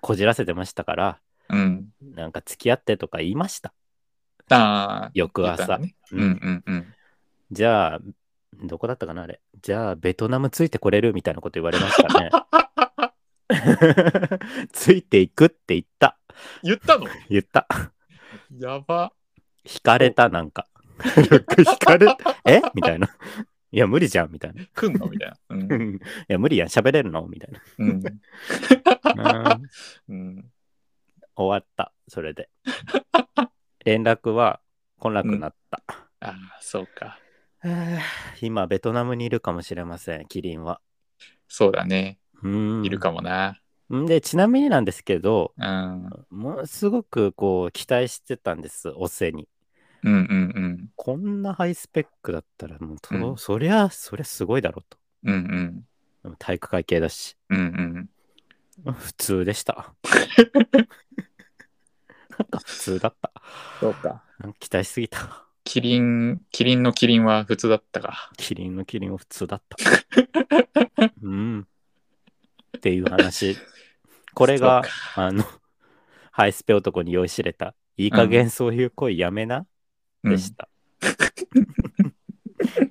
A: こじらせてましたから、
B: うん。
A: なんか付き合ってとか言いました。
B: ああ、
A: 翌
B: 言った
A: 朝。
B: のね。う
A: うん
B: んうんうん。
A: じゃあ、どこだったかな、あれ。じゃあ、ベトナムついてこれるみたいなこと言われましたね。 ついていくって言った。
B: 言ったの
A: 言った。
B: やば。
A: 惹かれた、なん か。惹かれた。えみたいな。いや、無理じゃん、みたいな。
B: 来んのみたいな。うん
A: う。んいや、無理やん、喋れるのみたい
B: うん。
A: な。 うん
B: うん。
A: 終わった、それで。連絡は来なくなった。
B: ああ、そうか。
A: はあ今、ベトナムにいるかもしれません、キリンは。
B: そうだね。
A: うん
B: いるかもな。
A: で、ちなみになんですけど、
B: うん。
A: ものすごくこう期待してたんです、オセに。
B: うんうんうん。
A: こんなハイスペックだったら、もうと、
B: うん
A: そりゃ、そりゃすごいだろうと。
B: うんうん。
A: でも体育会系だし、
B: うんうん。
A: 普通でした。なんか普通だった。
B: そうか。
A: なんか期待しすぎた。
B: キリン、キリンのキリンは普通だったか。
A: キリンのキリンは普通だった。うん。っていう話。これが、あの、ハイスペ男に酔いしれた。いい加減そういう恋やめな、
B: うん
A: で した。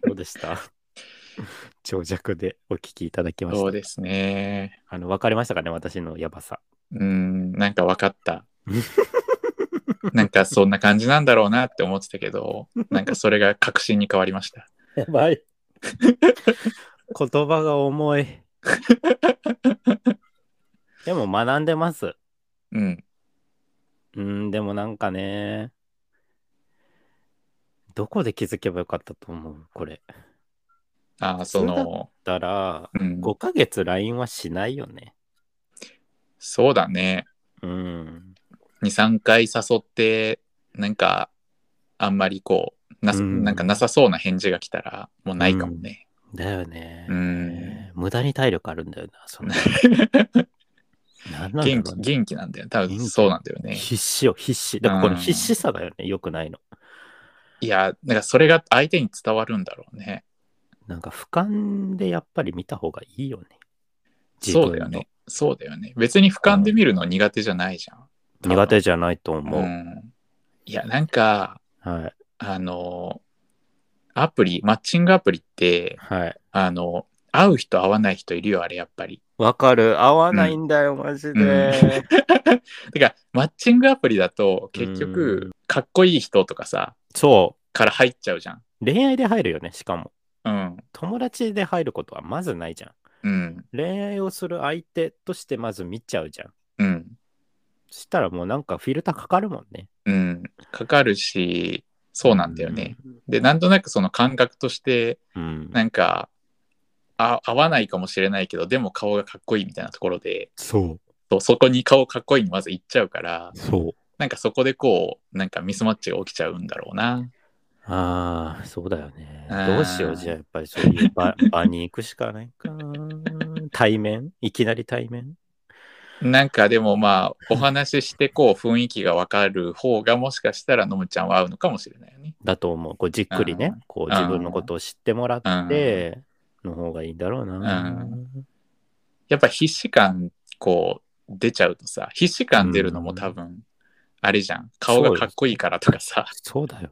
A: どうでした長尺でお聞きいただきまし
B: そ
A: た。
B: うですね。
A: あの、分かりましたかね私のやばさ。
B: うん、なんか分かった。なんかそんな感じなんだろうなって思ってたけど、なんかそれが確信に変わりました。
A: やばい。 言葉が重い。でも学んでます。
B: うん。
A: うん、でもなんかね、どこで気づけばよかったと思うこれ。
B: ああ、その、
A: だら、
B: うん、
A: 5ヶ月 LINE はしないよね。
B: そうだね。
A: うん。
B: 2、3回誘って、なんか、あんまりこう、なさ
A: うん
B: なんかなさそうな返事が来たら、もうないかもね。
A: だよね。
B: うん
A: 無駄に体力あるんだよな、その。 なんなんだろ
B: 元
A: うね
B: 気、元気なんだよ。多
A: 元
B: 分
A: 気
B: そうなんだよね。
A: 必死よ、必死。だからこの
B: うん
A: 必死さだよね、良くないの。
B: いや、なんかそれが相手に伝わるんだろうね。
A: なんか俯瞰でやっぱり見た方がいいよね。自分
B: そうだよね。そうだよね。別に俯瞰で見るの苦手じゃないじゃん。
A: の苦手じゃないと思う。
B: ん、いや、なんか、
A: はい。
B: あの、アプリ、マッチングアプリって、
A: はい。
B: あの、会う人会わない人いるよ、あれやっぱり。
A: わかる。合わないんだよ、マジで。
B: てか、マッチングアプリだと、結
A: う
B: 局、かっこいい人とかさ、
A: そ
B: から入っちゃうじゃん。
A: う。恋愛で入るよね、しかも。
B: うん。
A: 友達で入ることはまずないじゃん。
B: うん。
A: 恋愛をする相手としてまず見ちゃうじゃん。
B: うん。
A: そしたらもうなんかフィルターかかるもんね。
B: うん。かかるし、そうなんだよね。
A: うん。
B: で、なんとなくその感覚として、
A: うん。
B: なんか、あ合わないかもしれないけど、でも顔がかっこいいみたいなところで、
A: そう。
B: そうそこに顔かっこいいにまず行っちゃうから、
A: そう。
B: なんかそこでこう、なんかミスマッチが起きちゃうんだろうな。
A: ああ、そうだよね。
B: あー
A: どうしよう。じゃあ、やっぱりそういう 場場に行くしかないかな。対面いきなり対面
B: なんかでもまあ、お話ししてこう、雰囲気がわかる方が、もしかしたらのむちゃんは合うのかもしれないよね。
A: だと思う。こうじっくりね、こう
B: あー
A: 自分のことを知ってもらって、の方がいいんだろうな。
B: やっぱ必死感、こう、出ちゃうとさ、必死感出るのも多分、あれじゃん。顔がかっこいいからとかさ、
A: そうだよ。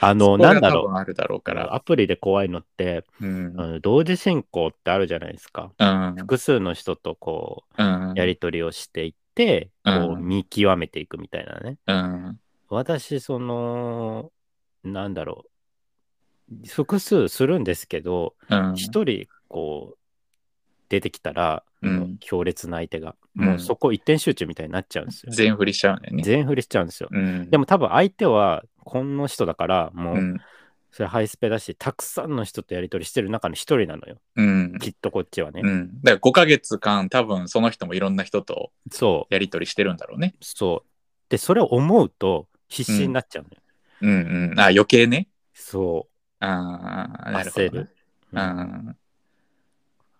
A: あ
B: そ
A: の、
B: こが
A: なんだ
B: 多
A: ろ
B: 分あるだろう
A: う。
B: から。
A: アプリで怖いのって、
B: うん。
A: あの同時進行ってあるじゃないですか。
B: うん。
A: 複数の人とこ
B: うん
A: う、やり取りをしていって、こう
B: うん
A: 見極めていくみたいなね。
B: うん。
A: 私、その、なんだろう、複数するんですけど、
B: うん。
A: 一、人、こう、出てきたら、
B: うん
A: もう強烈な相手が、
B: うん
A: もうそこ一点集中みたいになっちゃうんですよ。
B: 全振りしちゃうんだよね。
A: 全振りしちゃうんですよ。
B: うん。
A: でも多分相手は、この人だから、も
B: う
A: う、
B: ん。
A: それハイスペだし、たくさんの人とやり取りしてる中の一人なのよ。
B: うん。
A: きっとこっちはね。
B: うん。だから5ヶ月間、多分その人もいろんな人と
A: そ
B: やり取りしてるんだろうね。
A: う、そう。で、それを思うと、必死になっちゃうのよ。
B: うんうん。あ、余計ね。
A: そ
B: ああ、
A: う、
B: なるほど
A: 焦
B: ね。
A: る。
B: う
A: うん
B: ん。
A: こ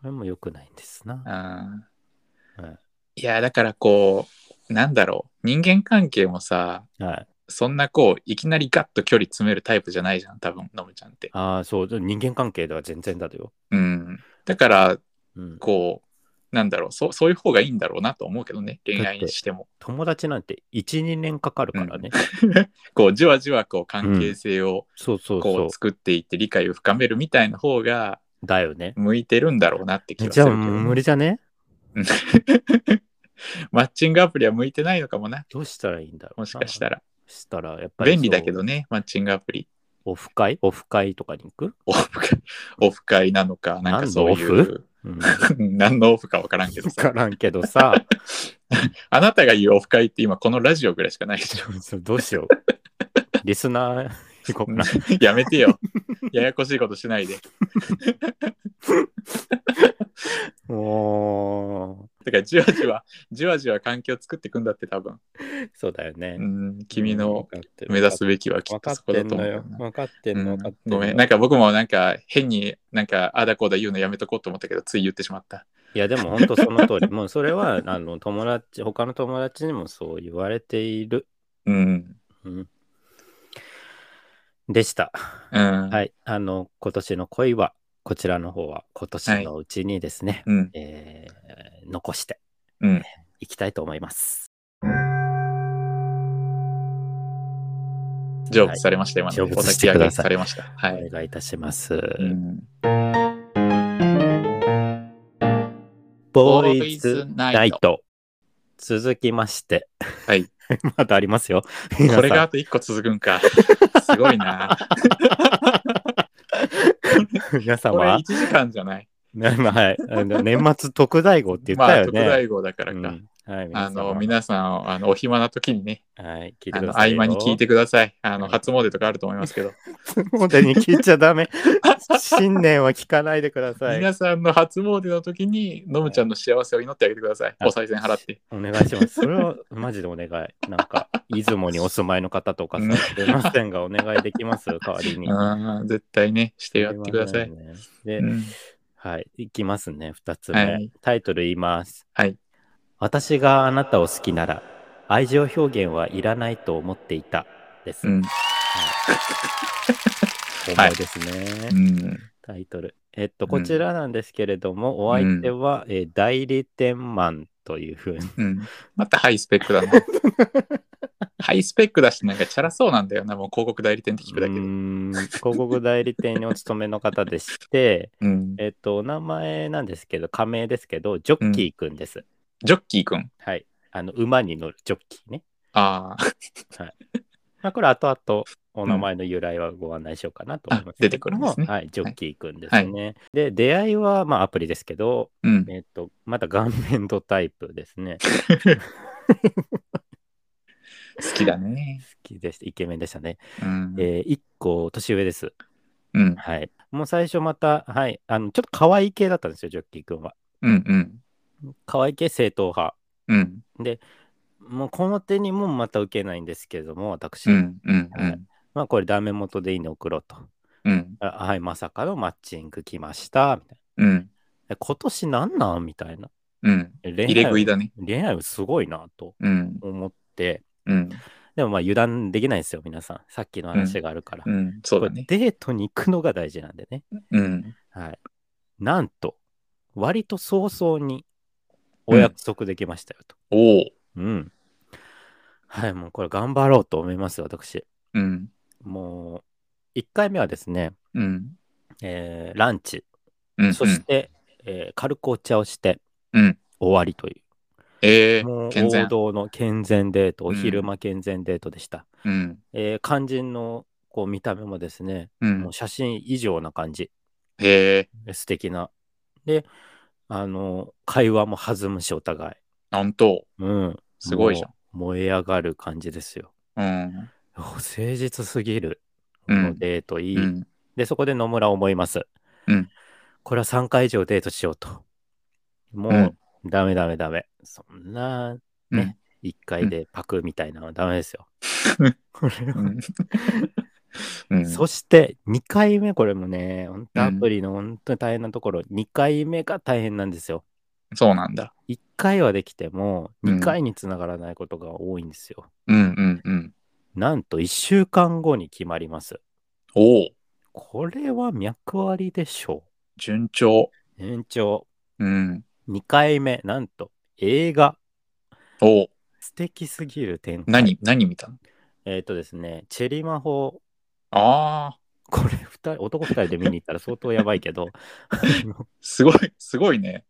A: れも良くないんですな。
B: あー
A: はい
B: や、だからこう、なんだろう。人間関係もさ、
A: はい。
B: そんなこう、いきなりガッと距離詰めるタイプじゃないじゃん、多分、のむちゃんって。
A: ああ、そう、でも人間関係では全然だよ。
B: うん。だから、
A: うん、
B: こう、なんだろう、そそういう方がいいんだろうなと思うけどね、恋愛にしても。
A: 友達なんて1、2年かかるからね。
B: こう、じわじわこう、関係性を
A: そうそうそ
B: こ
A: う
B: う、。作っていって理解を深めるみたいな方が
A: だよね。
B: 向いてるんだろうなって気がす
A: じ
B: る
A: ゃ
B: け
A: あ
B: どね、
A: もう無理じゃね
B: マッチングアプリは向いてないのかもな。
A: どうしたらいいんだろうな。
B: もしかしたら。
A: したら、やっぱりそう
B: 便利だけ。どね、マッチングアプリ。
A: オフ会オフ会とかに行く、
B: オフ会、オフ会なのか、なんかそうい
A: 何のオ
B: う。
A: うん、
B: 何のオフかわからんけど
A: 分
B: さ
A: か。らんけどさ、
B: あなたが言うオフ会って今このラジオぐらいしかないでしょ。
A: そうどうしよう。リスナー、 行こうかな
B: やめてよ。ややこしいことしないで。
A: も
B: だからじわじわ、じわじわ環境作っていくんだって多分。
A: う、そうだよね
B: う。ん、君の
A: 分かってる
B: 目指すべきはきっ
A: 分
B: と
A: か
B: そ
A: っ
B: こ
A: て
B: だ
A: ん
B: と思
A: の
B: う
A: よ
B: よ。な。
A: 分かってんの、分かって
B: うん
A: の
B: ごめん、なんか僕もなんか変になんかあだこうだ言うのやめとこうと思ったけど、つい言ってしまった。
A: いやでも本当その通り。 もうそれは、あの、友達、他の友達にもそう言われている。
B: うん。
A: うん。でした。
B: うん。。
A: はいい。あの、今年の恋は、こちらの方は今年のうちにですね、
B: うん。
A: えー残して
B: うん。
A: いきたいと思います。
B: 成仏されました、今の
A: 成
B: で。
A: 仏
B: お焚
A: して
B: き上
A: く
B: げ
A: ださい
B: されました。はい。
A: お願いいたします。
B: うん
A: ボーイズナイト。続きまして。
B: はい。
A: まだありますよ。皆さん
B: これがあと1個続くん か。すごいな。
A: 皆
B: これ
A: 様
B: 1、時間じゃない。
A: はい。あの年末特大号って言っ
B: ま
A: た
B: あ、
A: よ
B: 特
A: ね。
B: 大号だから
A: う
B: か。
A: んはい、
B: あの、
A: 皆
B: 皆さん、あの、お暇な時にね、
A: 様、はい、聞いて
B: あ
A: く
B: の、
A: だ
B: 合
A: さいよ。
B: 間に聞いてください。あの、
A: はい
B: 初詣とかあると思いま すけど、
A: もう手に聞いちゃダメ。新年は聞かないでください。
B: 皆さんの初詣の時に、のむちゃんの幸せを祈ってあげてください。お
A: はい
B: 賽銭払って。
A: お願いします。それはマジでお願い。なんか、出雲にお住まいの方とか
B: うん
A: さ、出ませんが、お願いできます代わりに。
B: ああ、絶対ね、してやってください。
A: で
B: う、ん
A: はい、いきますね、2つ目。
B: はい
A: タイトル言います。
B: はい。
A: 私があなたを好きなら、愛情表現はいらないと思っていた。です。
B: うん。
A: 重いですね。
B: うん。
A: タイトル。えっと、こちらなんですけれども、お相手は、えー代理店マンというふうに。
B: うん。またハイスペッ クだな。ハイスペックだし、なんかチャラそうなんだよな、もう広告代理店って聞くだけ
A: う
B: で。
A: ー
B: うん。
A: ん広告代理店にお勤めの方でして、 えっと、お名前なんですけど、仮名ですけど、ジョッキーくんです。
B: ジョッキーくん。
A: はい。あの、馬に乗るジョッキーね。
B: あー
A: まあ、これ、後々、お名前の由来はご案内しようかなと思いますけ
B: あ出て
A: ど
B: く
A: も、
B: るんですね
A: はい、ジョッキーくんですね。で、出会いは、まあ、アプリですけど、
B: うん。
A: えっと、まだ顔面度タイプですね。好
B: 好きだね。
A: きでした。イケメンでしたね。
B: うん。
A: え1個年上です。
B: うん。
A: はい。もう最初また、はい、あの、ちょっと可愛い系だったんですよ、ジョッキーくんは。
B: うん。うん。
A: 可愛い系正統派。
B: うん。
A: もうこの手にもまた受けないんですけれども、私、
B: うん。うん。
A: まあこれダメ元でいいの送ろうと。
B: うん。
A: あはい、まさかのマッチング来ました。みたい
B: うん。
A: なえ今年なんなんみたいな。
B: うん。
A: 恋
B: 入れ食い
A: 愛
B: だね。
A: 恋愛すごいなと
B: うん。
A: 思って、
B: うん。
A: でもまあ油断できないですよ、皆さん。さっきの話があるから。
B: うん。そうだね
A: こ。れデートに行くのが大事なんでね。
B: うん。
A: はい。なんと、割と早々にお約束できましたよと。
B: おお。
A: うん。はい、もうこれ頑張ろうと思います、私。
B: うん。
A: もう、1回目はですね、
B: うん。
A: えーランチ、
B: うん。
A: そして、えー軽くお茶をして、
B: うん
A: 終わりとい
B: ええ
A: う、もう
B: 健
A: 王
B: 全。
A: 道の健全デート、
B: う
A: お
B: ん
A: 昼間健全デートでした。
B: うん。
A: えー肝心のこう見た目もですね、
B: う
A: も
B: ん
A: う。写真以上な感じ、
B: へえ。
A: 素敵な。で、あの、会話も弾むし、お互い。
B: なんと。
A: うん。
B: すごいじゃん
A: もう燃え上がる感じですよ。
B: うん。
A: お誠実すぎる。こ
B: うん
A: のデートいい。
B: うん。
A: で、そこで野村思います。
B: うん
A: これは3回以上デートしようと。もう、
B: うん
A: ダメダメダメ。そんな、
B: うん
A: ね、1回でパクみたいなのはダメですよ。これは
B: うん。う ん。
A: そして、2回目、これもね、本当
B: う
A: ア
B: ん
A: プリの本当に大変なところ、2回目が大変なんですよ。
B: そうなんだ。
A: 1回はできても、
B: うん
A: 2回につながらないことが多いんですよ。
B: うん。うん。うん。
A: なんと1週間後に決まります。
B: おお。
A: これは脈ありでしょ
B: 順調。
A: う。延長。
B: うん。
A: 2回目、なんと映画。
B: おお。
A: 素敵すぎる展開。
B: 何、何見たの
A: えっ、とですね、チェリマホ、
B: ああ。
A: これ二人、男2人で見に行ったら相当やばいけど、 あの
B: すごい、すごいね。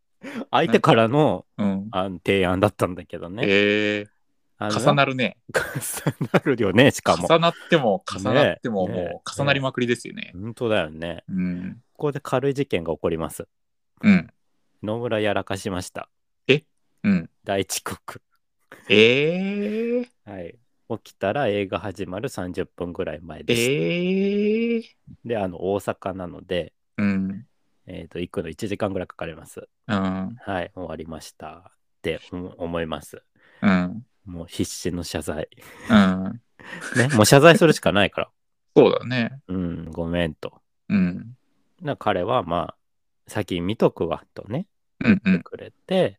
A: 相手からの
B: うん。
A: あの提案だったんだけどね。
B: ええ。
A: あの
B: 重なるね。
A: 重なるよね、しかも。
B: 重なっても重なっても
A: ねえ
B: もう重なりまくりですよね。
A: 本当だよね。
B: うん。
A: ここで軽い事件が起こります。
B: うん。
A: 野村やらかしました。
B: うん。
A: 大遅刻。
B: ええ。
A: はい。起きたら映画始まる30分ぐらい前です。
B: ええ。
A: で、あの、大阪なので、
B: うん。
A: えっ、と、行くの1時間ぐらいかかります。
B: うん。
A: はい、終わりました。ってうん思います。
B: うん。
A: もう必死の謝罪。
B: うん。
A: ね、もう謝罪するしかないから。
B: そうだね。
A: うん、ごめんと。
B: うん。
A: な彼は、まあ、先見とくわ、とね、
B: うんう
A: 言っ
B: ん
A: て。くれて、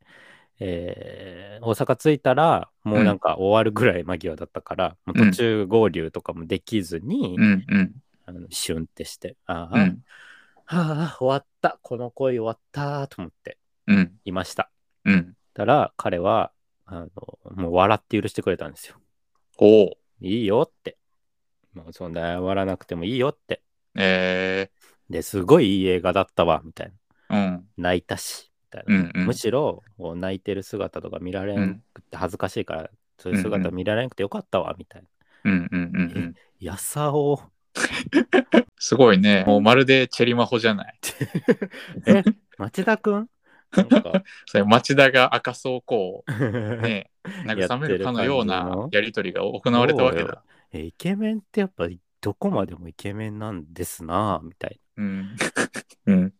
A: えー大阪着いたら、もうなんか終わるぐらい間際だったから、もう途中合流とかもできずに、
B: うんうん。
A: あのシュンってして、ああ、
B: うん。
A: はあ、終わった、この恋終わった、と思って
B: うん。
A: いました。
B: うん。
A: たら、彼は、あの、もう笑って許してくれたんですよ。
B: おお。
A: いいよって。もうそんな謝らなくてもいいよって。
B: え
A: で、すごいいい映画だったわ、みたいな。
B: え。うん。
A: 泣いたし、みたいな。
B: うんうん。
A: むしろ、こう泣いてる姿とか見られんくって恥ずかしいから、そういう姿見られなくてよかったわ、みたいな。
B: うんうんうんうん。
A: やさを、
B: すごいね。もうまるでチェリマホじゃない。
A: え、 町田くんなんか、
B: それ町田が赤そうこう、
A: え
B: ね、慰めるかのよ
A: やってる感
B: う
A: じ
B: な
A: の
B: やりとりが行われたわけだ。
A: イケメンってやっぱどこまでもイケメンなんですなぁみたいな。
B: うん。うん。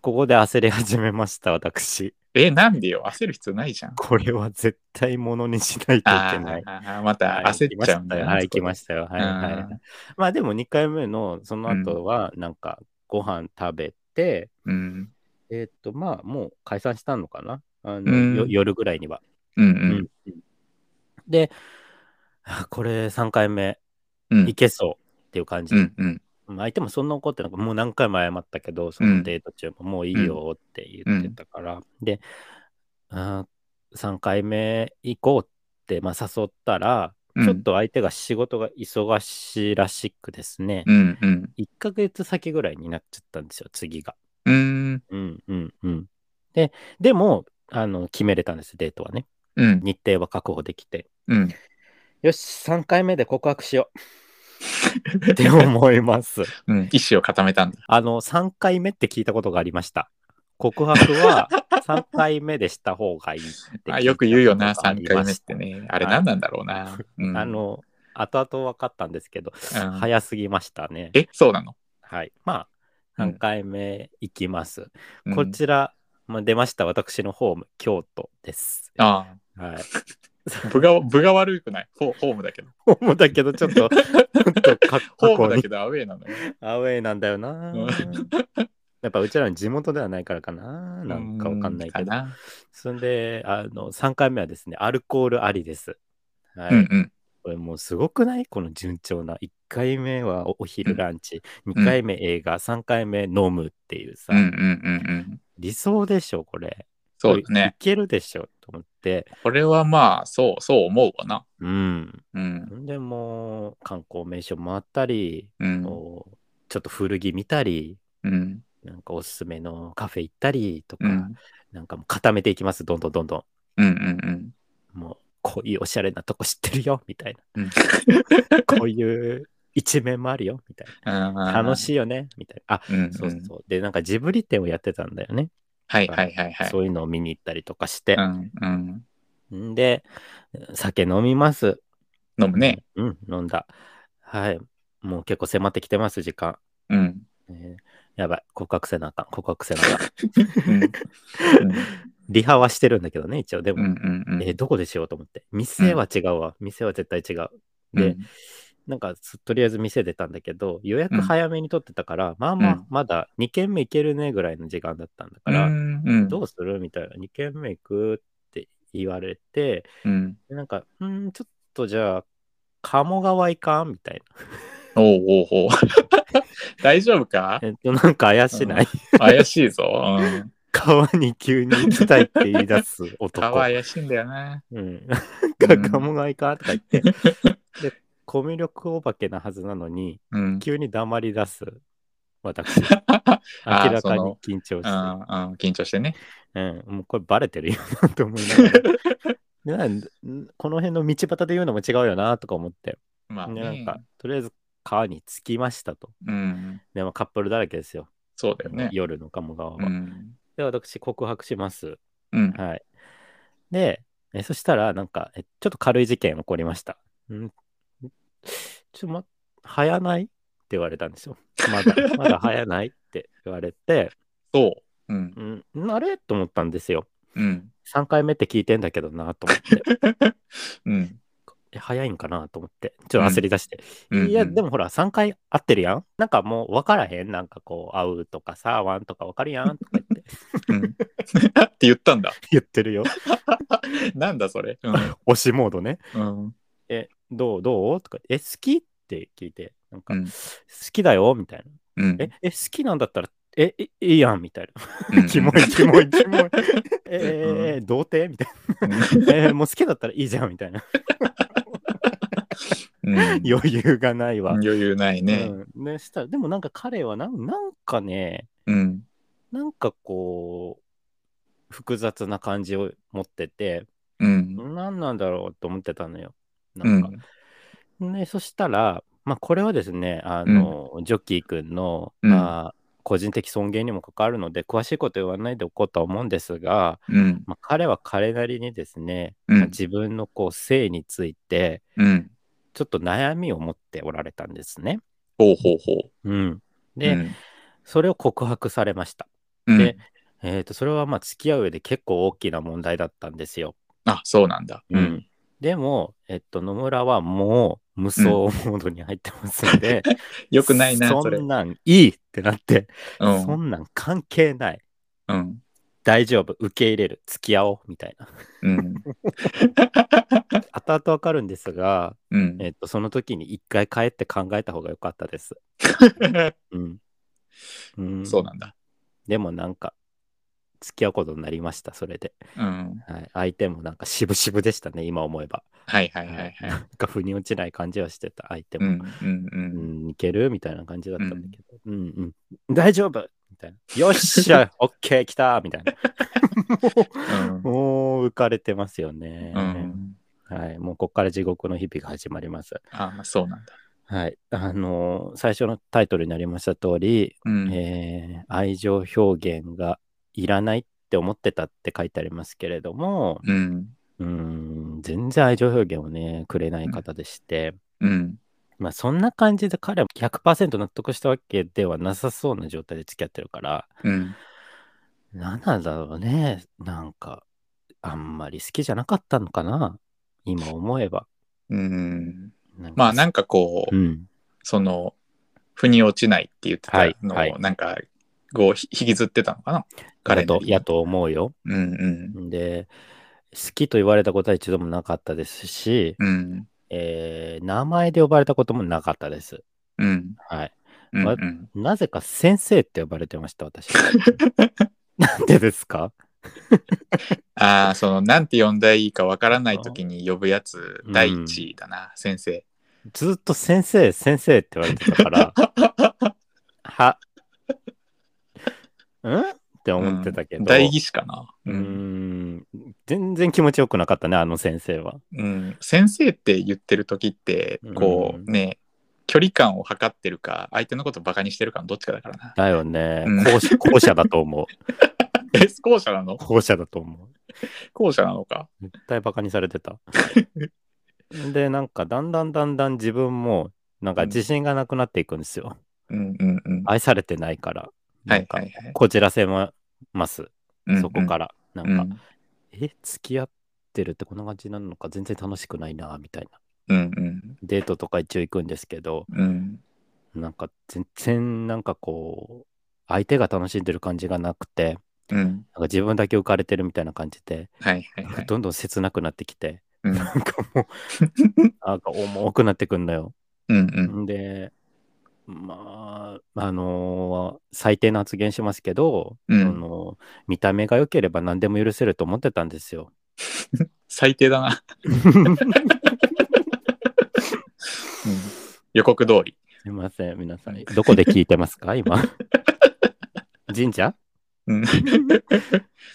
A: ここで焦り始めました、私。
B: え、なんでよ。焦る必要ないじゃん。
A: これは絶対ものにしないとい
B: あ
A: けない。
B: ーあー、また
A: はい
B: 焦っちゃうんだよな
A: はい、来ま
B: そ
A: したよ。はい、はいはい。まあでも2回目のその後は、なんかご飯食べて、
B: こでうん。
A: えーっと、まあもう解散したのかなあの、
B: うん
A: よ夜ぐらいには。
B: うん
A: で、あこれ3回目
B: うん。うん
A: いけそうっていう感じ、
B: うんうん。
A: 相手もそんな怒ってなんかもう何回も謝ったけど、そのデート中ももういいよって言ってたから、で、あー3回目行こうって、まあ、誘ったら、
B: うん
A: ちょっと相手が仕事が忙しいらしくですね、
B: うんうん。
A: 1ヶ月先ぐらいになっちゃったんですよ、次が。
B: うーん。
A: うんうんうん。で、でも、あの決めれたんです、デートはね。
B: うん。
A: 日程は確保できて。
B: うん。
A: よし、3回目で告白し ようって思います。
B: うん。意志を固めたんだ。
A: あの、3回目って聞いたことがありました。告白 は3回目でした方がいいって聞いたことが
B: あよく言うよな、
A: あり
B: 3回
A: ま
B: 目っ
A: して
B: ね。あれ何なんだろうな。うん、
A: あの、後々分かったんですけど、
B: うん
A: 早すぎましたね。
B: え、そうなの、
A: はい。まあ、
B: うん
A: 3回目いきます。
B: うん
A: こちら、まあ、出ました、私のホーム、京都です。
B: あ
A: はい。
B: あ、部が、部が悪くない。ホホームだけど。
A: ホームだけど、ちょっ と、ちょっとかっこ
B: ホーム
A: こ
B: だ
A: に
B: けどアウェーなのよ。
A: アウェイなんだよな
B: うん。
A: やっぱうちらの地元ではないからかな。なんかわかんないけど
B: う。かな
A: そんで、あの、3回目はですね、アルコールありです。はい。
B: うんうん。
A: これもうすごくないこの順調な。1回目はおお昼ランチ、
B: ん
A: 2回目映画、3回目飲むっていうさ、
B: うんうんうんうん。
A: 理想でしょ、これ。
B: そうだ
A: これい
B: ね。
A: けるでしょ、と思って。
B: これはまあ、そう、そう思うわな。
A: うん。
B: うん。
A: ほんでもう、観光名所回ったり、
B: うん。
A: こうちょっと古着見たり、
B: うん。
A: なんかおすすめのカフェ行ったりとか、
B: うん。
A: なんかもう固めていきます、どんどんどんどん。
B: うんうん
A: もう、こういうおしゃれなとこ知ってるよ、みたいな。
B: うん
A: こういう一面もあるよ、みたい
B: うん。
A: な。楽しいよね、みたいな。あ、
B: い。うんうん、
A: そうそう。で、なんかジブリ展をやってたんだよね。
B: はいはいはいはい。
A: そういうのを見に行ったりとかして
B: う。んうん。
A: んで、酒飲みます。
B: 飲むね。
A: うん、飲んだ。はい。もう結構迫ってきてます、時間。
B: うん。
A: えーやばい、告白せなあかん、告白せなあ かん。
B: うん
A: リハはしてるんだけどね、一応。で
B: うんう
A: も、
B: んうん。
A: えーどこでしようと思って。店は違うわ。店は絶対違う。で、
B: うん
A: なんかすとりあえず店出たんだけど、予
B: うん
A: 約早めに取ってたから、まあま
B: う
A: あ
B: ん、
A: まだ2軒目行けるねぐらいの時間だったんだか
B: う
A: ら、
B: んうん、
A: どうするみたいな、2軒目行くって言われて、
B: うん。
A: でなんか、うーん、ちょっとじゃあ、鴨川行かんみたい
B: おうおうおう 大丈夫か
A: な。えっと、なんか怪しない。
B: 怪しいぞ。うん、
A: 川に急に行きたいって言い出 す
B: 顔
A: 男。
B: 怪しいんだよな。
A: うん。なん
B: う
A: か
B: ん
A: 鴨川行かんとか言っ て。で、コミュ力お化けなはずなのに、
B: うん。
A: 急に黙り出す。 私、
B: あー
A: 明らか
B: そ
A: に
B: の
A: 緊張して
B: うん、うん緊張してね。
A: うん、もうこれバレてるよなと思いながら。で なんこの辺の道端で言うのも違うよなとか思って、
B: まあ、
A: で
B: ね、
A: なんかとりあえず川に着きましたと。
B: うん。
A: でもカップルだらけですよ、
B: そうだよね。
A: 夜の鴨川は。
B: うん。
A: で、私告白します。
B: うん。
A: はい。で、えそしたら、なんかえ、ちょっと軽い事件起こりました。んんちょ、ま、早ないって言われたんですよ。ま だ、まだ早ないって言われて、
B: そう。うん。
A: うん、あれと思ったんですよ。
B: うん。
A: 3回目って聞いてんだけどなと思 って。
B: うん。
A: え早いんかなと思って、ちょっと焦り出して。
B: うん
A: いや、で
B: も。
A: もほら、3回会ってるやん。なんかもう分からへん。なんかこう、会うとかさ、会わんとか分かるやんとか言って
B: うん、って言ったんだ。
A: 言ってるよ。
B: なんだそれ。
A: 推しモードね。
B: うん。うん。
A: え、どうどうとか、え、好きって聞いて、なんか、
B: うん
A: 好きだよみたいな。
B: うん。
A: え、え、好きなんだったら、え、えいいやんみたいな。
B: うん
A: キモい、キモい、キモい。えー、
B: う
A: 童貞みたい
B: うん
A: な。えーもう好きだったらいいじゃんみたいな。
B: うん
A: 余裕がないわ。
B: 余裕ないね。
A: うん、ねしたら、でもなんか彼はなん、なんかね、
B: うん。
A: なんかこう、複雑な感じを持ってて、
B: うん。
A: 何なんだろうと思ってたのよ。な
B: うん
A: んか、ね、そしたら、まあ、これはですね、あの、ジョッキー君の、
B: うん
A: まあ、個人的尊厳にも関わるので、詳しいこと言わないでおこうとは思うんですが、
B: うん。
A: まあ、彼は彼なりにですね、
B: うん
A: まあ自分のこう性について、
B: うん。
A: ちょっと悩みを持っておられたんですね。
B: ほうほうほう。
A: うん、で、
B: うん
A: それを告白されました。
B: うん
A: でえー、とそれはまあ付き合う上で結構大きな問題だったんですよ。
B: あ、そうなんだ。
A: うん。でも、えっと、野村はもう無双モードに入ってますので、
B: よくないな、そ
A: そ
B: れ。
A: んなんいいってなって、
B: うん
A: そんなん関係ない。
B: うん。
A: 大丈夫、受け入れる、付き合おう、みたいな。
B: うん。
A: 後々わかるんですが、
B: うん。
A: えっと、その時に一回帰って考えた方が良かったです。うん。うん、
B: そうなんだ。
A: でもなんか、付き合うことになりました、それで。
B: うん。
A: はい、相手もなんか渋々でしたね、今思えば。
B: はいはいはいは。
A: ないんか腑に落ちない感じはしてた、相手
B: う
A: も。
B: んうんう。
A: うんん、いけるみたいな感じだったんだけど。うん、うん、大丈夫みたいな。よっし ゃオッケー来たみたいな。
B: うん
A: もう浮かれてますよね。
B: うん。
A: はい。もうここから地獄の日々が始まります。
B: あーまあそうなんだ。
A: はい。あのー最初のタイトルになりました通り、
B: うん。
A: えー愛情表現がいらないって思ってたって書いてありますけれども、
B: うん。
A: うーん、全然愛情表現をね、くれない方でして、
B: うん。
A: まあそんな感じで彼は100%納得したわけではなさそうな状態で付き合ってるから、
B: うん。
A: なんなんだろうね、なんか、あんまり好きじゃなかったのかな、今思えば。
B: うん。
A: なんか
B: まあなんかこう
A: う、ん、
B: その、腑に落ちないって言ってたのを、
A: はいはい
B: なんか、こう、ひ引きずってたのかな彼
A: だと
B: なりに
A: やと思うよ。
B: うんうん。
A: で、好きと言われたことは一度もなかったですし、
B: うん。
A: えー名前で呼ばれたこともなかったです。
B: うん。
A: はい。
B: うん
A: わ
B: うん。
A: なぜか先生って呼ばれてました、私。 なんでですか
B: ああ、その、なんて呼んだらいいかわからないときに呼ぶやつ
A: う、ん
B: 第一位だな、先生。
A: ずっと先生、先生って言われてた から、は、んって思ってたけど。
B: うん代議士かな。
A: う
B: う
A: ー
B: ん。
A: ん全然気持ちよくなかったね、あの先生は。
B: うん先生って言ってるときって、こ
A: うん
B: う、ね、距離感を測ってるか、相手のことバカにしてるかのどっちかだからな。
A: だよね
B: うん。
A: 後者後者だと思う。
B: え、後者なの
A: 後者だと思う。
B: 後者なのか。
A: 絶対バカにされてた。で、なんかだんだんだんだん自分もなんか自信がなくなっていくんですよ。
B: うんうんうん。
A: 愛されてないから。
B: は
A: なん
B: い
A: か
B: はいはい
A: こじらせます、
B: うんうん。
A: そこから。なんか、
B: うん
A: え、付き合ってるってこんな感じなのか全然楽しくないな、みたいな。
B: うん
A: デートとか一応行くんですけど、
B: うんうん
A: なんか全然なんかこう、相手が楽しんでる感じがなくて、
B: うん
A: なんか自分だけ浮かれてるみたいな感じで、
B: はいはい
A: なん
B: は
A: か
B: い。
A: どんどん切なくなってきて、
B: うん
A: なんかも う、なんか重くなってくんのよ。
B: うんうん
A: んで、まあ、あのー最低な発言しますけど、
B: うん
A: あのー見た目が良ければ何でも許せると思ってたんですよ。
B: 最低だ な。うん予告通り。
A: すいません、皆さん、どこで聞いてますか、 今。神社
B: うん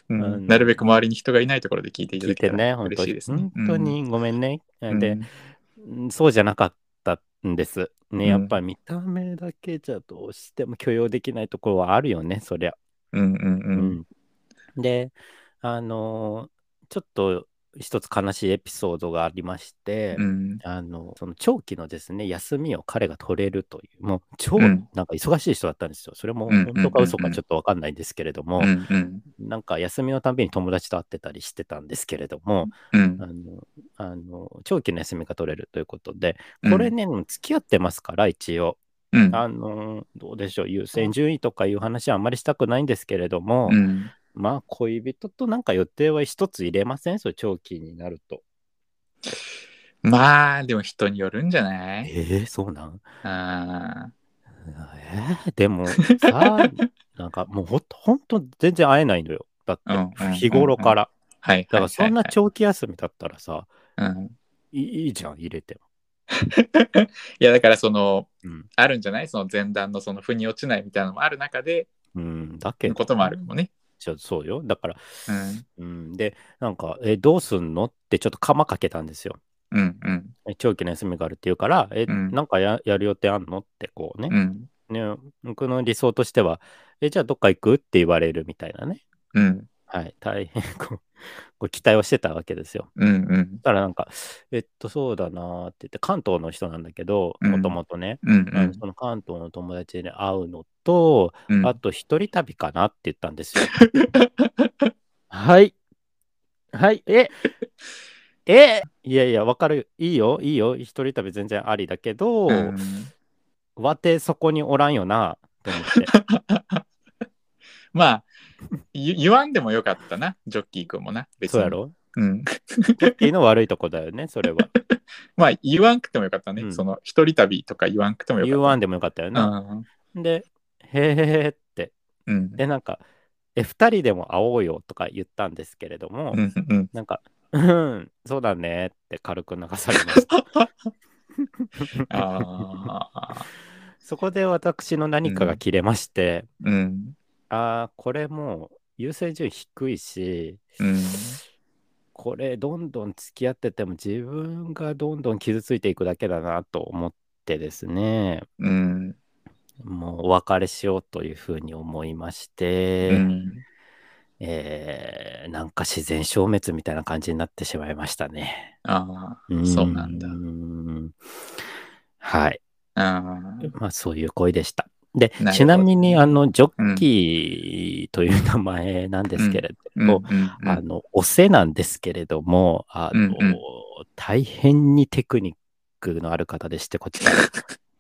B: うん
A: あの
B: なるべく周りに人がいないところで聞いていた
A: 聞
B: だ
A: い
B: け
A: て
B: た
A: ね、
B: ら
A: 本
B: 嬉
A: 当
B: しい
A: に。
B: ですね。
A: 本当にごめんね。
B: うん。
A: で、うんそうじゃなかったんです。ね、
B: うん
A: やっぱ見た目だけじゃどうしても許容できないところはあるよね、そりゃ。
B: うんうんうん
A: うんで、あのーちょっと一つ悲しいエピソードがありまして、
B: うん
A: あのその長期のですね休みを彼が取れるという、もう超
B: うん
A: なんか忙しい人だったんですよ。それも
B: うん
A: 本当か嘘
B: うんう
A: か
B: ん
A: ちょっと分かんないんですけれども、
B: うんうん
A: なんか休みのたびに友達と会ってたりしてたんですけれども、
B: うん
A: あのあの長期の休みが取れるということで、これね、付き合ってますから、一応。
B: うん
A: あのどうでしょう、優先順位とかいう話はあんまりしたくないんですけれども、
B: うん
A: まあ恋人となんか予定は一つ入れませんそれ長期になると。
B: まあでも人によるんじゃない
A: えー、そうなん
B: あ
A: えー、で もさ、なんかもうほんとほんと全然会えないのよ。だ
B: うんうん
A: っ
B: うんう
A: て
B: ん
A: 日頃から。
B: ー
A: だ
B: はいはいはい
A: か
B: は
A: ら
B: い
A: そんな長期休みだったらさ、
B: うん
A: いいいいじゃん、入れても。
B: いやだからその
A: うん
B: あるんじゃないその前段のその腑に落ちないみたいなのもある中で
A: うん、だけ
B: の
A: ど。
B: こともあるもんね。
A: ちょそうよ。だから、
B: うん
A: うん、で、なんか、え、どうすんのってちょっと釜かけたんですよ。
B: うんうん
A: え長期の休みがあるって言うから、え、
B: うん
A: なんかややる予定あんのってこうね、
B: うん
A: ね、僕の理想としては、え、じゃあどっか行くって言われるみたいなね。
B: うん
A: はい、大変 こう、こう期待をしてたわけですよ。
B: うんうん
A: だからなんか、えっと、そうだなーって言って、関東の人なんだけど、
B: うん
A: もともとね、
B: うんう
A: あの
B: ん
A: その関東の友達に会うのと、
B: うん
A: あと一人旅かなって言ったん ですよ。はい。はい、え、え、いやいや、わかる。いいよ、いいよ。一人旅全然ありだけど、
B: うん
A: わてそこにおらんよな、と思って。
B: まあ言言わんでもよかったな、ジョッキー君もな。別
A: そう
B: に
A: やろ
B: うん。
A: いいの悪いとこだよね、それ は。
B: まあ、言わんくてもよかったね。
A: うん
B: その、一人旅とか言わんくてもよかった。
A: 言わんでもよかったよな。で、へーへーへーって。
B: うん。
A: で、なんか、え、二人でも会おうよとか言ったんですけれども、
B: うん。うん。
A: なんか、うん、そうだねって軽く流されま した。
B: ああ。
A: そこで私の何かが切れまして、
B: うん。
A: ああ、これもう優先順位低いし、
B: うん。
A: これどんどん付き合ってても自分がどんどん傷ついていくだけだなと思ってですね、
B: うん。
A: もうお別れしようというふうに思いまし
B: う
A: て、
B: ん。
A: えーなんか自然消滅みたいな感じになってしまいましたね。
B: ああ。そうなんだ
A: う。んはい。
B: ああ。
A: まあそういう恋でした。で
B: なるほど、
A: ちなみに、あの、ジョッキーという名前なんですけれ
B: うん。
A: ど、
B: うん
A: あの、おせなんですけれども、あの、
B: うんうん
A: 大変にテクニックのある方でして、こちら。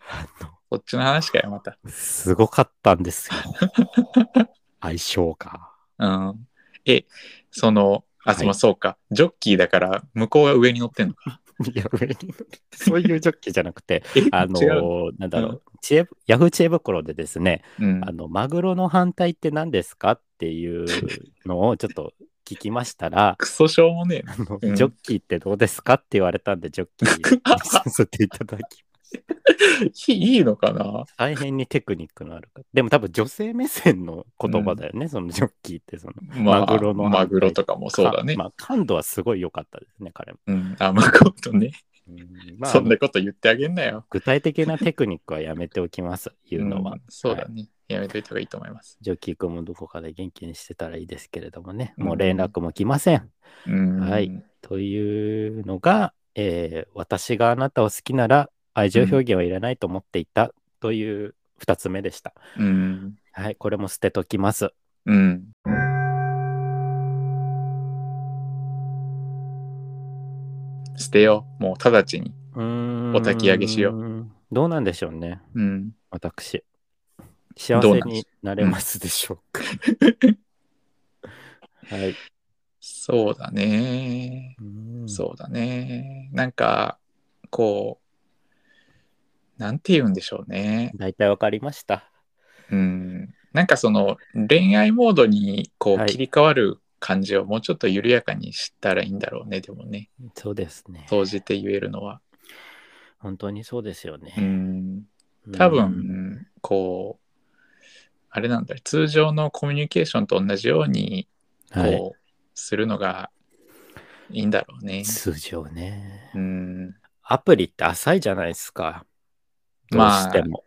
A: あ
B: こっちの話かよ、また。
A: の、すごかったんです よ。相性が。
B: うん。え、その、あ、
A: はい
B: まあそうか。ジョッキーだから、向こうが上に乗ってんのか。
A: いや、上に乗ってそういうジョッキーじゃなくて、
B: え
A: あの
B: 違う。
A: なんだろう、
B: うん
A: 知恵ヤフー知恵袋でですね、
B: うん
A: あの、マグロの反対って何ですかっていうのをちょっと聞きましたら、
B: クソしょうもねえな
A: あの
B: うん
A: ジョッキーってどうですかって言われたんで、ジョッキーに させていただき、
B: いいいのかな
A: 大変にテクニックのある方。でも多分女性目線の言葉だよね、そのジョッキーってその。
B: まあ、
A: マグロの反対
B: マグロとかもそうだね。
A: かまあ、感度はすごい良かったですね、彼も。
B: うん、あ、マグロとね、
A: うんまあ
B: そんなこと言ってあげんなよ。
A: 具体的なテクニックはやめておきます、言うのは。
B: んそうだね、やめといた方がいいと思います。
A: ジョッキー君もどこかで元気にしてたらいいですけれどもね、
B: うん
A: もう連絡も来ません。
B: うん。
A: はいというのが、えー私があなたを好きなら愛情表現はいらないと思っていたという2つ目でした。
B: うん。
A: はい、これも捨てときます。
B: うん。捨てよう。もう直ちに。
A: うーん
B: お焚き上げしよ
A: どうなんでしょうね、
B: うん。
A: 私。幸
B: どう
A: せ
B: なんでしょう
A: になれますでしょうか。はい。
B: そうだね。そうだね。なんか、こう、なんて言うんでしょうね。
A: 大体わかりました。
B: うんなんかその恋愛モードにこ
A: は
B: う
A: い
B: 切り替わる感じをもうちょっと緩やかにしたらいいんだろうね、でもね、
A: そうですね。
B: 総じて言えるのは。
A: 本当にそうですよ
B: う
A: ね。
B: ん多分、
A: うん
B: こう、あれなんだ、通常のコミュニケーションと同じようにこう、
A: は
B: するのがいいんだろうね
A: い、。通常ね。
B: うん、
A: アプリって浅いじゃないですか。どう
B: まあ
A: しても。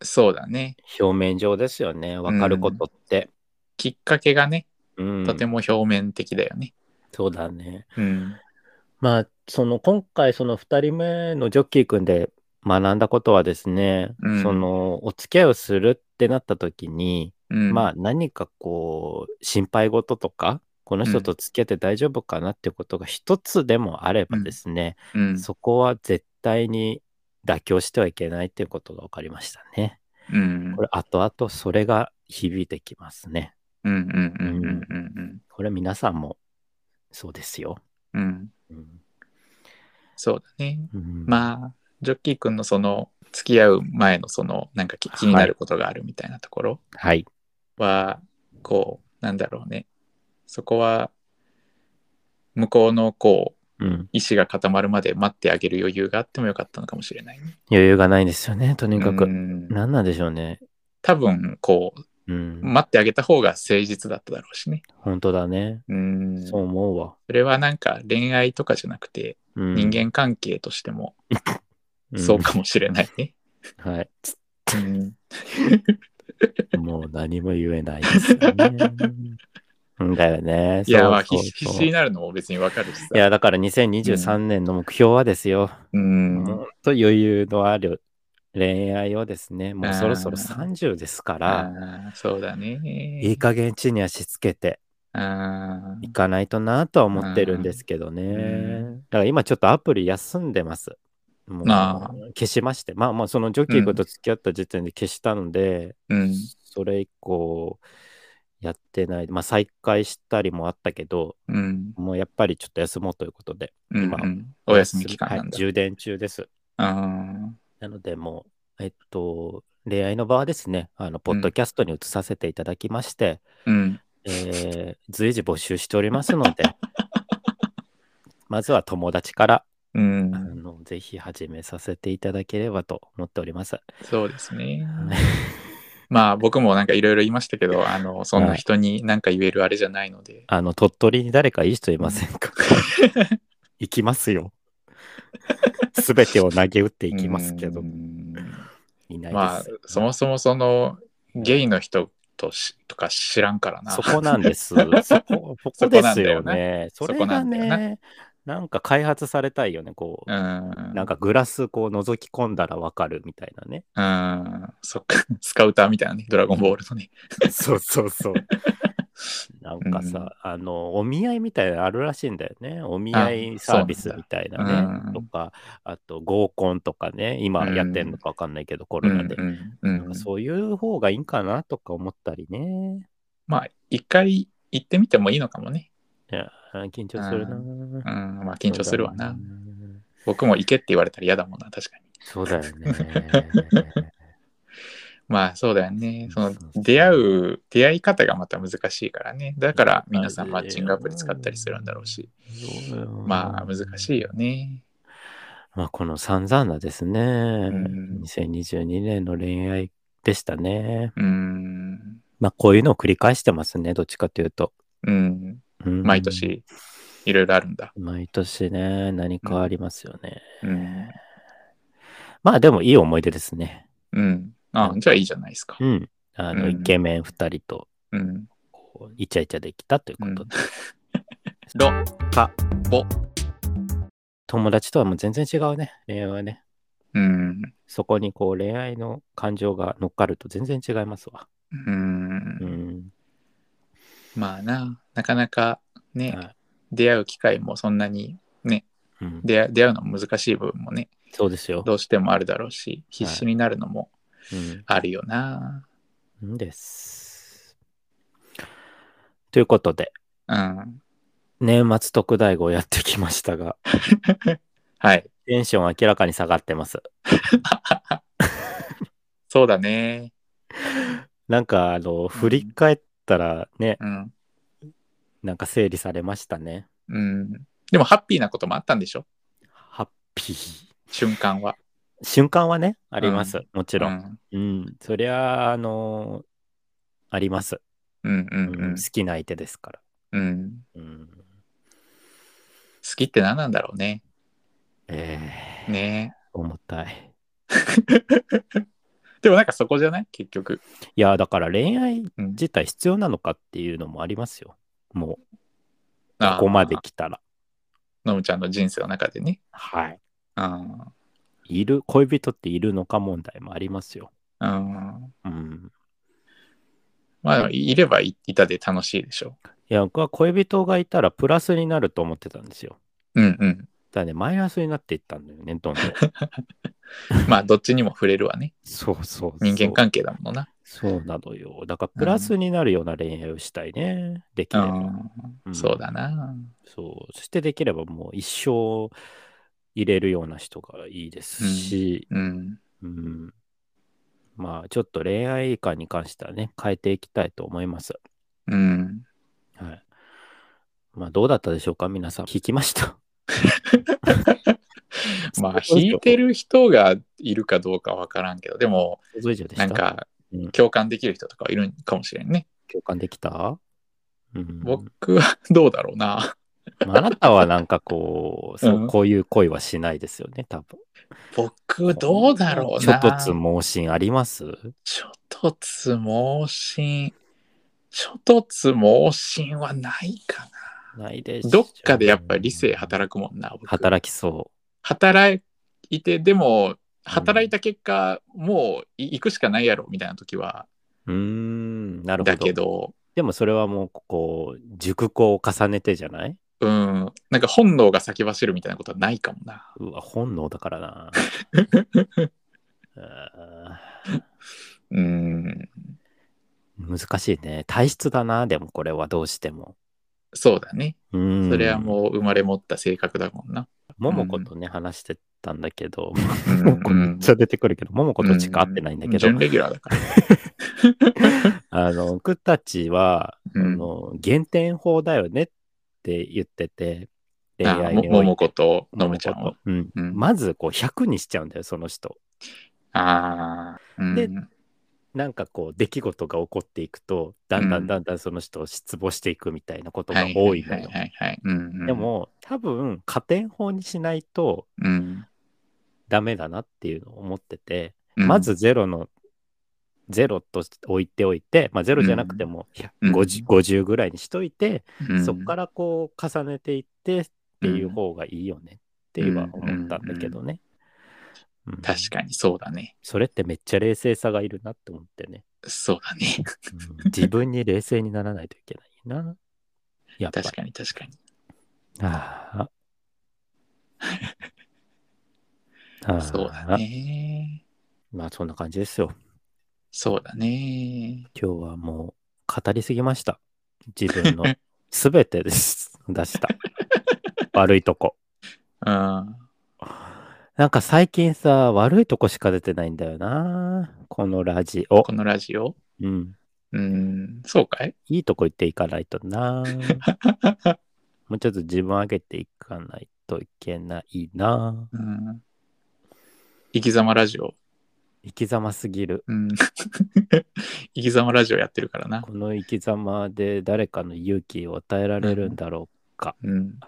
B: そうだね。
A: 表面上ですよね。わかることって。
B: きっかけがね、
A: うん。
B: とても表面的だよね。
A: そうだね。
B: うん、
A: まあ、その今回、その2人目のジョッキー君で学んだことはですね、
B: うん
A: そのお付き合いをするってなった時に、
B: うん、
A: まあ何かこう、心配事とか、この人と付き合って大丈夫かなっていうことが一つでもあればですね、
B: うん、
A: そこは絶対に妥協してはいけないっていうことが分かりましたね。
B: うん、
A: これ、後々それが響いてきますね。
B: うん、うん、うん、うん、うん、うん
A: これ皆さんもそうですよ。
B: うん。
A: うん
B: そうだね。
A: うん
B: まあ、ジョッキー君のその、付き合う前のその、なんか気気になることがあるみたいなところ
A: はい。
B: は、こう、なんだろうね。そこは、向こうのこう、
A: うん、
B: 意思が固まるまで待ってあげる余裕があってもよかったのかもしれないね。
A: 余裕がないんですよね、とにか
B: う
A: く。
B: ん
A: 何なんでしょうね。
B: 多分、こう、
A: うん。
B: 待ってあげた方が誠実だっただろうしね。
A: 本当だね。
B: うん。
A: そう思うわ。
B: それはなんか恋愛とかじゃなくて、
A: うん
B: 人間関係としてもそうかもしれないね。
A: うんはい。
B: うん
A: もう何も言えないですよ ね。うんだよね。
B: いや、
A: そう
B: まあ、
A: そう
B: 必
A: そう
B: 必死になるのも別にわかるしさ。
A: いや、だから2023年の目標はですよ。
B: う
A: も
B: ん、
A: っと余裕のある恋愛をですね、もうそろそろ
B: あー
A: 30ですから、
B: あーそうだね。
A: いい加減地に足つけて
B: あ
A: いかないとなとは思ってるんですけどね。
B: うん
A: だから今ちょっとアプリ休んでます。もう
B: あ
A: 消しまして。まあまあそのジョッキー君と付き合った時点で消したので、
B: ーうん。
A: それ以降、やってない。まあ、再開したりもあったけど、
B: うん。
A: もうやっぱりちょっと休もうということで。
B: うん、う
A: 今
B: ん。お休み期間なん
A: はい、
B: だ。
A: 充電中です。
B: あ
A: なので、もう、えっと、恋愛の場はですね、あの、ポッドキャストに移させていただきまして、
B: ーうん。
A: えー随時募集しておりますの で、まずは友達から、
B: う
A: あ
B: ん。
A: の、ぜひ始めさせていただければと思っております。
B: そうですね。
A: はい
B: まあ僕もなんかいろいろ言いましたけど、あの、そんな人になんか言えるあれじゃないので。
A: あの、鳥取に誰かいい人いません か行きますよ。すべてを投げ打っていきますけど
B: う、ん
A: いないです。
B: まあ、そもそもその、ゲイの人としとか知らんからな。
A: そこなん です。そこ、そこですよ
B: そこなんだ
A: ね。そ
B: そ
A: れ
B: こ
A: が
B: なんだよ
A: ね
B: ね
A: な、んか開発されたいよね。こ
B: う
A: う、
B: ん。
A: なんかグラスこう覗き込んだらわかるみたいな ね。
B: うん。そっか。 スカウターみたいなね。ドラゴンボールのね。
A: そうそうそう。なんかさ、あの、お見合いみたいなのあるらしいんだよね。お見合いサービスみたいな
B: あそう
A: ね
B: な。んだ
A: と
B: うん
A: か、あと合コンとかね、今やってんのかわかんないけど、コロナで。
B: うんうん
A: なん
B: う
A: か
B: ん、
A: そういう方がいいんかなとか思ったりね。
B: まあ、一回行ってみてもいいのかもね。
A: いや、緊張するな。
B: ううん。まあ、緊張するわ
A: そうだよ
B: な。
A: ね
B: 僕も行けって言われたら嫌だもんな、確かに。
A: そうだよ ね。
B: まあ、そうだよね。その
A: そうそう、そう
B: 出会う、出会い方がまた難しいからね。だから、皆さんマッチングアプリ使ったりするんだろうし。まあ、難
A: い。
B: しいよね。
A: まあ、この散々なですね、
B: ん
A: 2022年の恋愛でしたね。
B: うん。
A: まあ、こういうのを繰り返してますね、どっちかというと。
B: うん。
A: うん
B: 毎。年、いろいろあるんだ。
A: 毎年ね、何かありますよね。
B: うん。
A: まあ、でもいい思い出ですね。
B: うん。あじゃあいいじゃないですか
A: う。ん。あの、
B: うん
A: イケメン2人と
B: うん。
A: こうイチャイチャできたということで、
B: ロ、
A: か
B: ぼ。
A: 友達とはもう全然違うね恋愛はね
B: うん。
A: そこにこう恋愛の感情が乗っかると全然違いますわ
B: うん
A: う。ん、
B: まあな、なかなかね、
A: はい
B: 出会う機会もそんなにね、
A: うん、
B: 出会出会うのも難しい部分もね、
A: そうですよ、
B: どうしてもあるだろうし、必死になるのもあるよな。
A: うん、ですということで
B: うん。
A: 年末特大号やってきましたが
B: はい。
A: テンション明らかに下がってます
B: そうだね。
A: なんかあの振り返ったらね、
B: うん。
A: なんか整理されましたね
B: うん。でもハッピーなこともあったんでしょ
A: ハッピー
B: 瞬間は。
A: 瞬間はねあります、
B: う
A: もちろんうん、そりゃあ、あのーあります、
B: うん。うんう
A: うん
B: ん
A: 好きな相手ですから。
B: うん。う
A: う
B: ん。
A: ん、
B: 好きって何なんだろうね。
A: えー
B: ね
A: 重たい。
B: でもなんかそこじゃない結局。
A: いや、だから恋愛
B: うん
A: 自体必要なのかっていうのもありますよ。もう、こ
B: あー
A: こまで来たら。
B: のむちゃんの人生の中でね。
A: はい。
B: うん。
A: いる、恋人っているのか問題もありますよ。
B: うん。
A: うん。
B: まあ、いればいいたで楽しいでしょ
A: いや、僕は恋人がいたらプラスになると思ってたんですよ。
B: う。うんうん。
A: だからね、マイナスになっていったんだよね、 どんどん。
B: まあ、どっちにも触れるわね。
A: そうそうそう
B: 人間関係だものな。
A: そうなのよ。だからプラスになるような恋愛をしたいね。できれば。
B: う
A: うん
B: ん、そうだな。
A: そう。そしてできればもう一生入れるような人がいいですし、
B: うん。
A: うんまあちょっと恋愛観に関してはね、変えていきたいと思います。
B: うん。
A: はい。まあどうだったでしょうか皆さん。聞きました。
B: まあ、引いて
A: る。
B: る人がいるかどうかわからんけど、でも、
A: 想像以上でした。
B: なんか
A: うん、
B: 共感できる人とかいるんかもしれんね。
A: 共感できたうん、
B: 僕はどうだろうな。
A: まああなたはなんかこ う、そううんこういう恋はしないですよね、多分。
B: 僕、どうだろう
A: ちょ
B: な。
A: っとつ盲信あります
B: ちょっとつ盲信。ちょっとつ盲信はないかな。
A: ないでしょ
B: どっかでやっぱり理性働くもんな。僕
A: 働きそ
B: 働いて、でも、働いた結果、もうい行くしかないやろみたいな時は、
A: う。うーん、なるほど。
B: だけど、
A: でもそれはもう、こう、熟考を重ねてじゃない
B: うん、なんか本能が先走るみたいなことはないかもな。
A: うわ、本能だから な。あー
B: うん、
A: 難しいね。体質だな、でもこれはどうしても。
B: そうだね。
A: うん。
B: それはもう生まれ持った性格だも んな。
A: ももことね、話してたんだけど、
B: うん
A: もうこめっちゃ出てくるけど、ももことしか会ってないんだけど、
B: 準レギュラー だから。
A: あの、僕たちは、
B: うん
A: あの、減点法だよねって言ってて、恋
B: あ
A: 愛
B: も
A: に
B: も
A: おい
B: も
A: て。
B: ことのむちゃんを。
A: うん。
B: うん
A: まず、こう、100にしちゃうんだよ、その人。
B: ああ、うん、
A: でなんかこう、出来事が起こっていくと、だんだんだんだんその人を失望していくみたいなことが多いの
B: はいはい
A: よ
B: は。いはい。うんうん
A: で、も、多分、加点法にしないと
B: うん
A: ダメだなっていうのを思ってて、
B: うん
A: まずゼロの、ゼロと置いておいて、まあゼロじゃなくても100
B: うん
A: 50, 50ぐらいにしといて、
B: うん
A: そこからこう重ねていってっていう方がいいよねっていうのは思ったんだけどね。うん
B: 確かにそうだね。
A: それってめっちゃ冷静さがいるなって思ってね。
B: そうだ ね。
A: うん自分に冷静にならないといけないな。やっぱり
B: 確。かに確かに。
A: ああああ
B: そうだね。
A: まあそんな感じですよ。
B: そうだね。
A: 今日はもう語りすぎました。自分 のすべてです。出した。悪いとこ。
B: うん。
A: なんか最近さ、悪いとこしか出てないんだよな。このラジオ
B: こ。のラジオ
A: うん。
B: うん、そうかい
A: いいとこ行っていかないと な。もうちょっと自分上げていかないといけないな。
B: うん。生き様ラジオ。
A: 生き様すぎる。
B: うん。 生き様ラジオやってるからな。
A: この生き様で誰かの勇気を与えられるんだろ
B: う
A: う。
B: ん。ん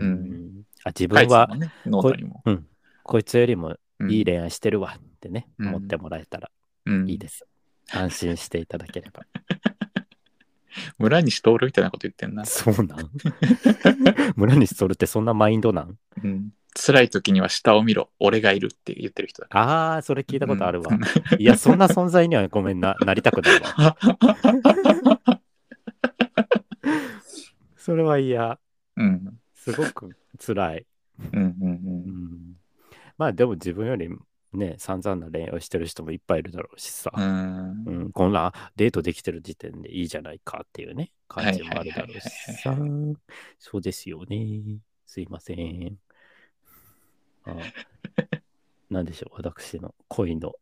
A: うんあ自
B: 書
A: 分
B: いてた
A: は
B: もんね、ノートにも。
A: こいつよりも
B: うん
A: いい恋愛してるわってね、
B: うん
A: 思ってもらえたら
B: うん
A: いいです。安心していただければ。
B: 村西徹みたいなこと言ってんな。
A: そうなん 村西そるってそんなマインドなん
B: うん。辛い時には下を見ろ、俺がいるって言ってる人だ。
A: ああ、それ聞いたことあるわ
B: うん。
A: いや、そんな存在にはごめんな、なりたくないわ。それは嫌。
B: うん。
A: すごく辛い。
B: うんうんう。
A: うんん、まあでも自分よりね、散々な恋愛をしてる人もいっぱいいるだろうしさ。
B: うん
A: うん、こんなデートできてる時点でいいじゃないかっていうね、感じもあるだろうし
B: は
A: さ。そうですよね。すいません。あなんでしょう、私の恋の、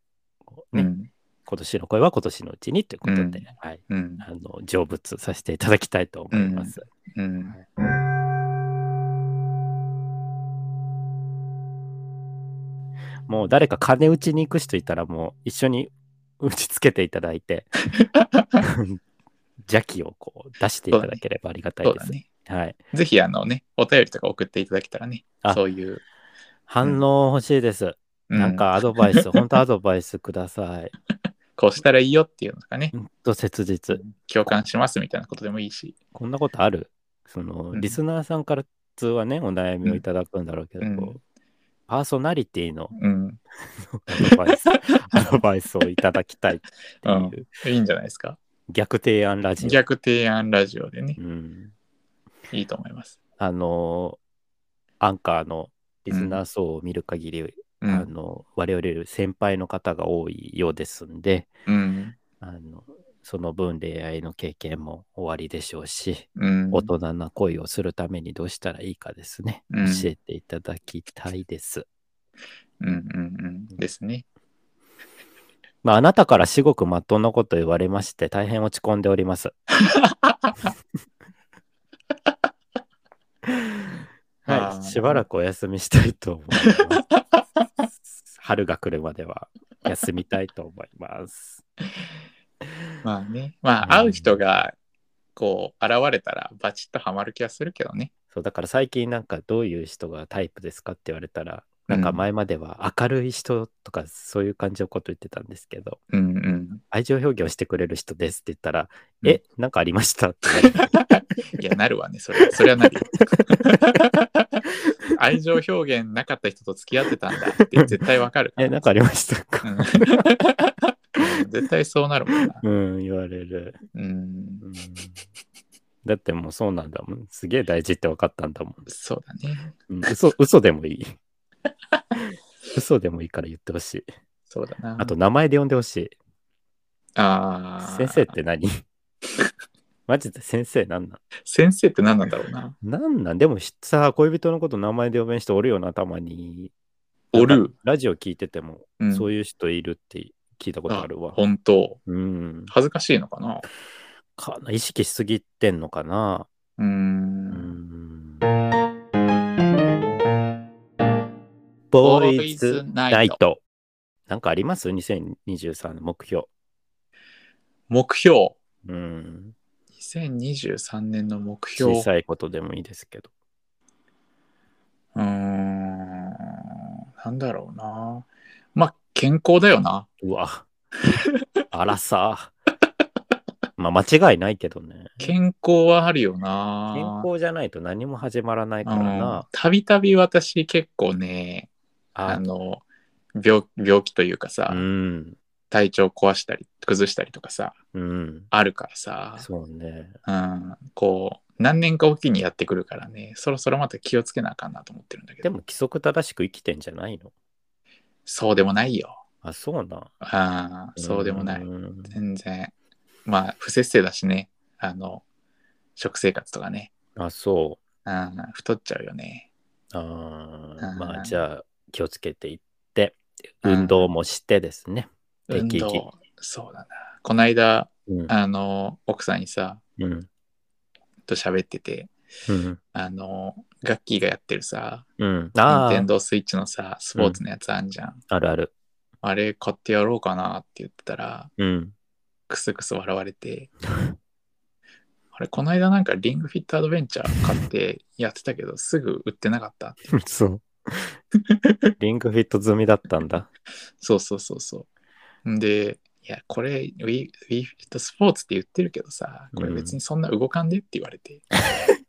A: ね
B: うん
A: 今年の恋は今年のうちにということで、
B: うん
A: はい、
B: うん
A: あの成仏させていただきたいと思います。
B: うん
A: もう誰か金打ちに行く人いたら、もう一緒に打ちつけていただい て、邪気をこう出していただければありがた
B: そ
A: いうで
B: だ
A: す。
B: ね。
A: はい、
B: ぜひ、あのね、お便りとか送っていただけたらね
A: あ、
B: そういう。
A: 反応欲しいです。
B: う
A: なんかアドバイ ス、本当アドバイスください。
B: こうしたらいいよっていうのがね、
A: ほんと切実。
B: 共感しますみたいなことでもいいし。
A: こんなことあるその、
B: うん
A: リスナーさんから普通はね、お悩みをいただくんだろうけど、
B: うん
A: こうパーソナリティの
B: うん。
A: アドバイ ス、アドバイスをいただきたいっていう、
B: うんいいんじゃないですか。
A: 逆提案ラジオ。
B: 逆提案ラジオでね
A: う、ん。
B: いいと思います。
A: あのーアンカーのリスナー層を見る限り、
B: う
A: あ
B: ん。
A: の、我々より先輩の方が多いようですんで、
B: うん。
A: あの、その分恋愛の経験も終わりでしょうし、
B: うん
A: 大人な恋をするためにどうしたらいいかですね。
B: うん
A: 教えていただきたいです。
B: うんうんうん。ですね。
A: まあ、あなたから至極まっとうなこと言われまして、大変落ち込んでおり ます。
B: あ
A: は
B: ー
A: い、しばらくお休みしたいと思い ます。春が来るまでは休みたいと思います。
B: まあね。ま
A: うん
B: あ、会う人が、こう、現れたら、バチッとハマる気はするけどね。
A: そうだから最近なんかどういう人がタイプですかって言われたら、なんか前までは明るい人とかそういう感じのこと言ってたんですけど、
B: うんうん。
A: 愛情表現をしてくれる人ですって言ったら、
B: うん
A: え、なんかありましたって言われて
B: いや、なるわね、それは。それはなるよ。 愛情表現なかった人と付き合ってたんだって絶対 わかるから
A: え、なんかありました
B: う
A: か、
B: ん絶対そうなるもんな。
A: うん、言われる、
B: うん
A: う、んだってもうそうなんだもん。すげえ大事って分かったんだもん。
B: そうだね。
A: うん、嘘、 嘘でもいい。嘘でもいいから言ってほしい。
B: そうだな。
A: あと、名前で呼んでほしい。
B: ああ。
A: 先生っ。て何 マジで先生なんなん
B: 先生って何なんだろうな。
A: なんなんでもしさ、恋人のこと名前で呼べん人おるよな、たまに。
B: お
A: なん
B: る
A: か。ラジオ聞いてても、
B: うん、
A: そう
B: いう
A: いう人いるって聞いたことあるわ。
B: 本当。
A: うん。
B: 恥ずかしいのかな。
A: かな意識しすぎてんのかな。
B: うー。
A: うんん。ボーイズナイト。なんかあります ?2023 の目標。
B: 目標。
A: うん。
B: 2023年の目標。
A: 小
B: う
A: さいことでもいいですけど。
B: ーん。なんだろうな。まあ、健康だよな。
A: う わ。あらさ。まあ間違いないけどね。
B: 健康はあるよ
A: 健
B: な。
A: 康じゃないと何も始まらないから
B: うん
A: な。
B: たびたび私結構ね、あ
A: あ
B: の、病病気というかさ、
A: うん。
B: 体調壊したり、崩したりとかさ、
A: うん。
B: あるからさ、
A: そうね。
B: うん、こう、何年かおきにやってくるからね、そろそろまた気をつけなあかんなと思ってるんだけ
A: で
B: ど、
A: も規則正しく生きてんじゃないの
B: そうでもないよ。
A: あ、そうなん。
B: あーそうでもない。
A: うん
B: 全然。まあ、不節制だしね、あの、食生活とかね、
A: あ、そう。
B: うん、太っちゃうよね。
A: あ
B: う
A: あ、
B: ん
A: まあじゃあ気をつけていって、
B: うん
A: 運動もしてですね。
B: 運
A: 適宜
B: 動、そうだな。この間、
A: うん。
B: あの、奥さんにさ、
A: うん。
B: と喋ってて、
A: うん。
B: あの、ガッキーがやってるさ、
A: うん、
B: 任
A: あ
B: 天堂スイッチのさ、スポーツのやつあんじゃん。
A: あ、あるある。
B: あれ買ってやろうかなって言ってたら、
A: うん。
B: クスクス笑われて、あれ、この間なんかリングフィットアドベンチャー買ってやってたけど、すぐ売ってなかったって。
A: そう。 リンクフィット済みだったんだ。
B: そうそうそうそう。んで、いや、これ、ウィウィフィットスポーツって言ってるけどさ、これ別にそんな動かんでって言われて、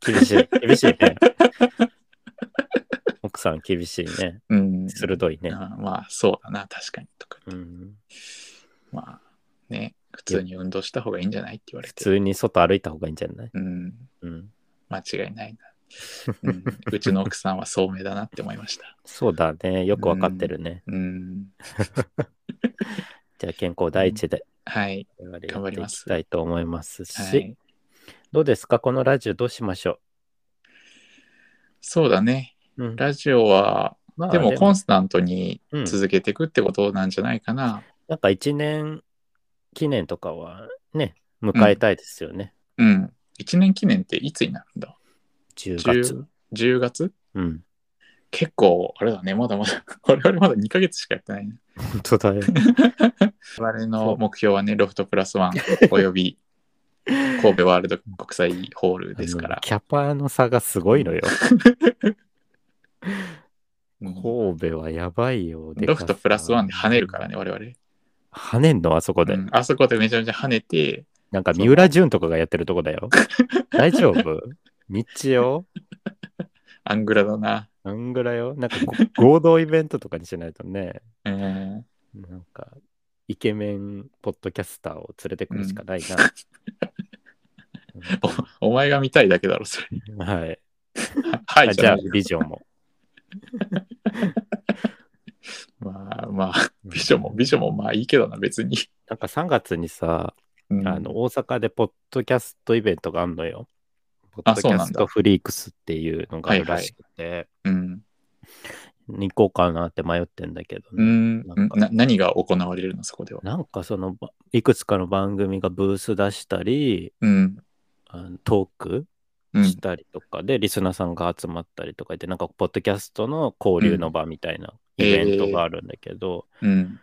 A: 厳しい。厳しい ね。奥さん厳しいね。
B: うん。
A: 鋭いね。
B: うんまあ、そうだな、確かに。とか、
A: うん、
B: まあ、ね、普通に運動した方がいいんじゃないって言われ
A: 普
B: て。
A: 通に外歩いた方がいいんじゃない、
B: うん、
A: うん、
B: 間違いないな、 うん。うちの奥さんは聡明だなって思いました。
A: そうだね。よくわかってるね。
B: うん、
A: じゃあ健康第一で
B: はい、
A: 我々
B: 頑張り
A: や
B: ま
A: ってい
B: す
A: きたいと思いますし、
B: はい。
A: どうですかこのラジオどうしましょ
B: そうだね。
A: う、うん
B: ラジオは、
A: まあ
B: でもコンスタントに
A: うん
B: 続けていくってことなんじゃないかな。
A: なんか一年記念とかはね、迎えたいですよね。
B: うん。一年記念っていつになるんだ
A: 10月。
B: ?10 10月
A: うん。
B: 結構、あれだね、まだまだ、 我々まだ2ヶ月しかやってないね。
A: 本当だ よ。
B: 我々の目標はね、ロフトプラ スワンおよび神戸ワールド国際ホールですか
A: あの
B: ら。
A: キャパの差がすごいのよ。
B: うん
A: 神戸はやばいよ。でか
B: ロ
A: さ
B: フトプラスワンで跳ねるからね、。我々。
A: 跳ねんのあそこで。
B: うんあそこでめちゃめちゃ跳ねて、
A: なんか三浦淳とかがやってるとこだよ。大丈夫道よ。
B: アングラだな。
A: あんぐらいよ。なんかご 合同イベントとかにしないとね、
B: うん
A: なんかイケメンポッドキャスターを連れてくるしかないな。
B: おお前が見たいだけだろ、それ。
A: うんはい。
B: は
A: あ
B: い、
A: じゃあ
B: ない、よ
A: ビジョンも。
B: まあまあ、美女も、美女もまあいいけどな、別に。
A: なんか3月にさ、
B: うん
A: あの、大阪でポッドキャストイベントがあんのよ。ポッ
B: あ
A: ドキ
B: そうなん
A: ャス
B: だ
A: トフリークスっていうのがあるらしくて、
B: うん。
A: に行こうかなって迷ってんだけど
B: う
A: ね、
B: ん
A: なんか
B: な何が行われるの、そこでは。
A: なんかその、ばいくつかの番組がブース出したり、
B: うん。
A: あのトーク
B: うん。
A: したりとかで、リスナーさんが集まったりとかで、なんかポッドキャストの交流の場みたいなイベントがあるんだけど、
B: うん、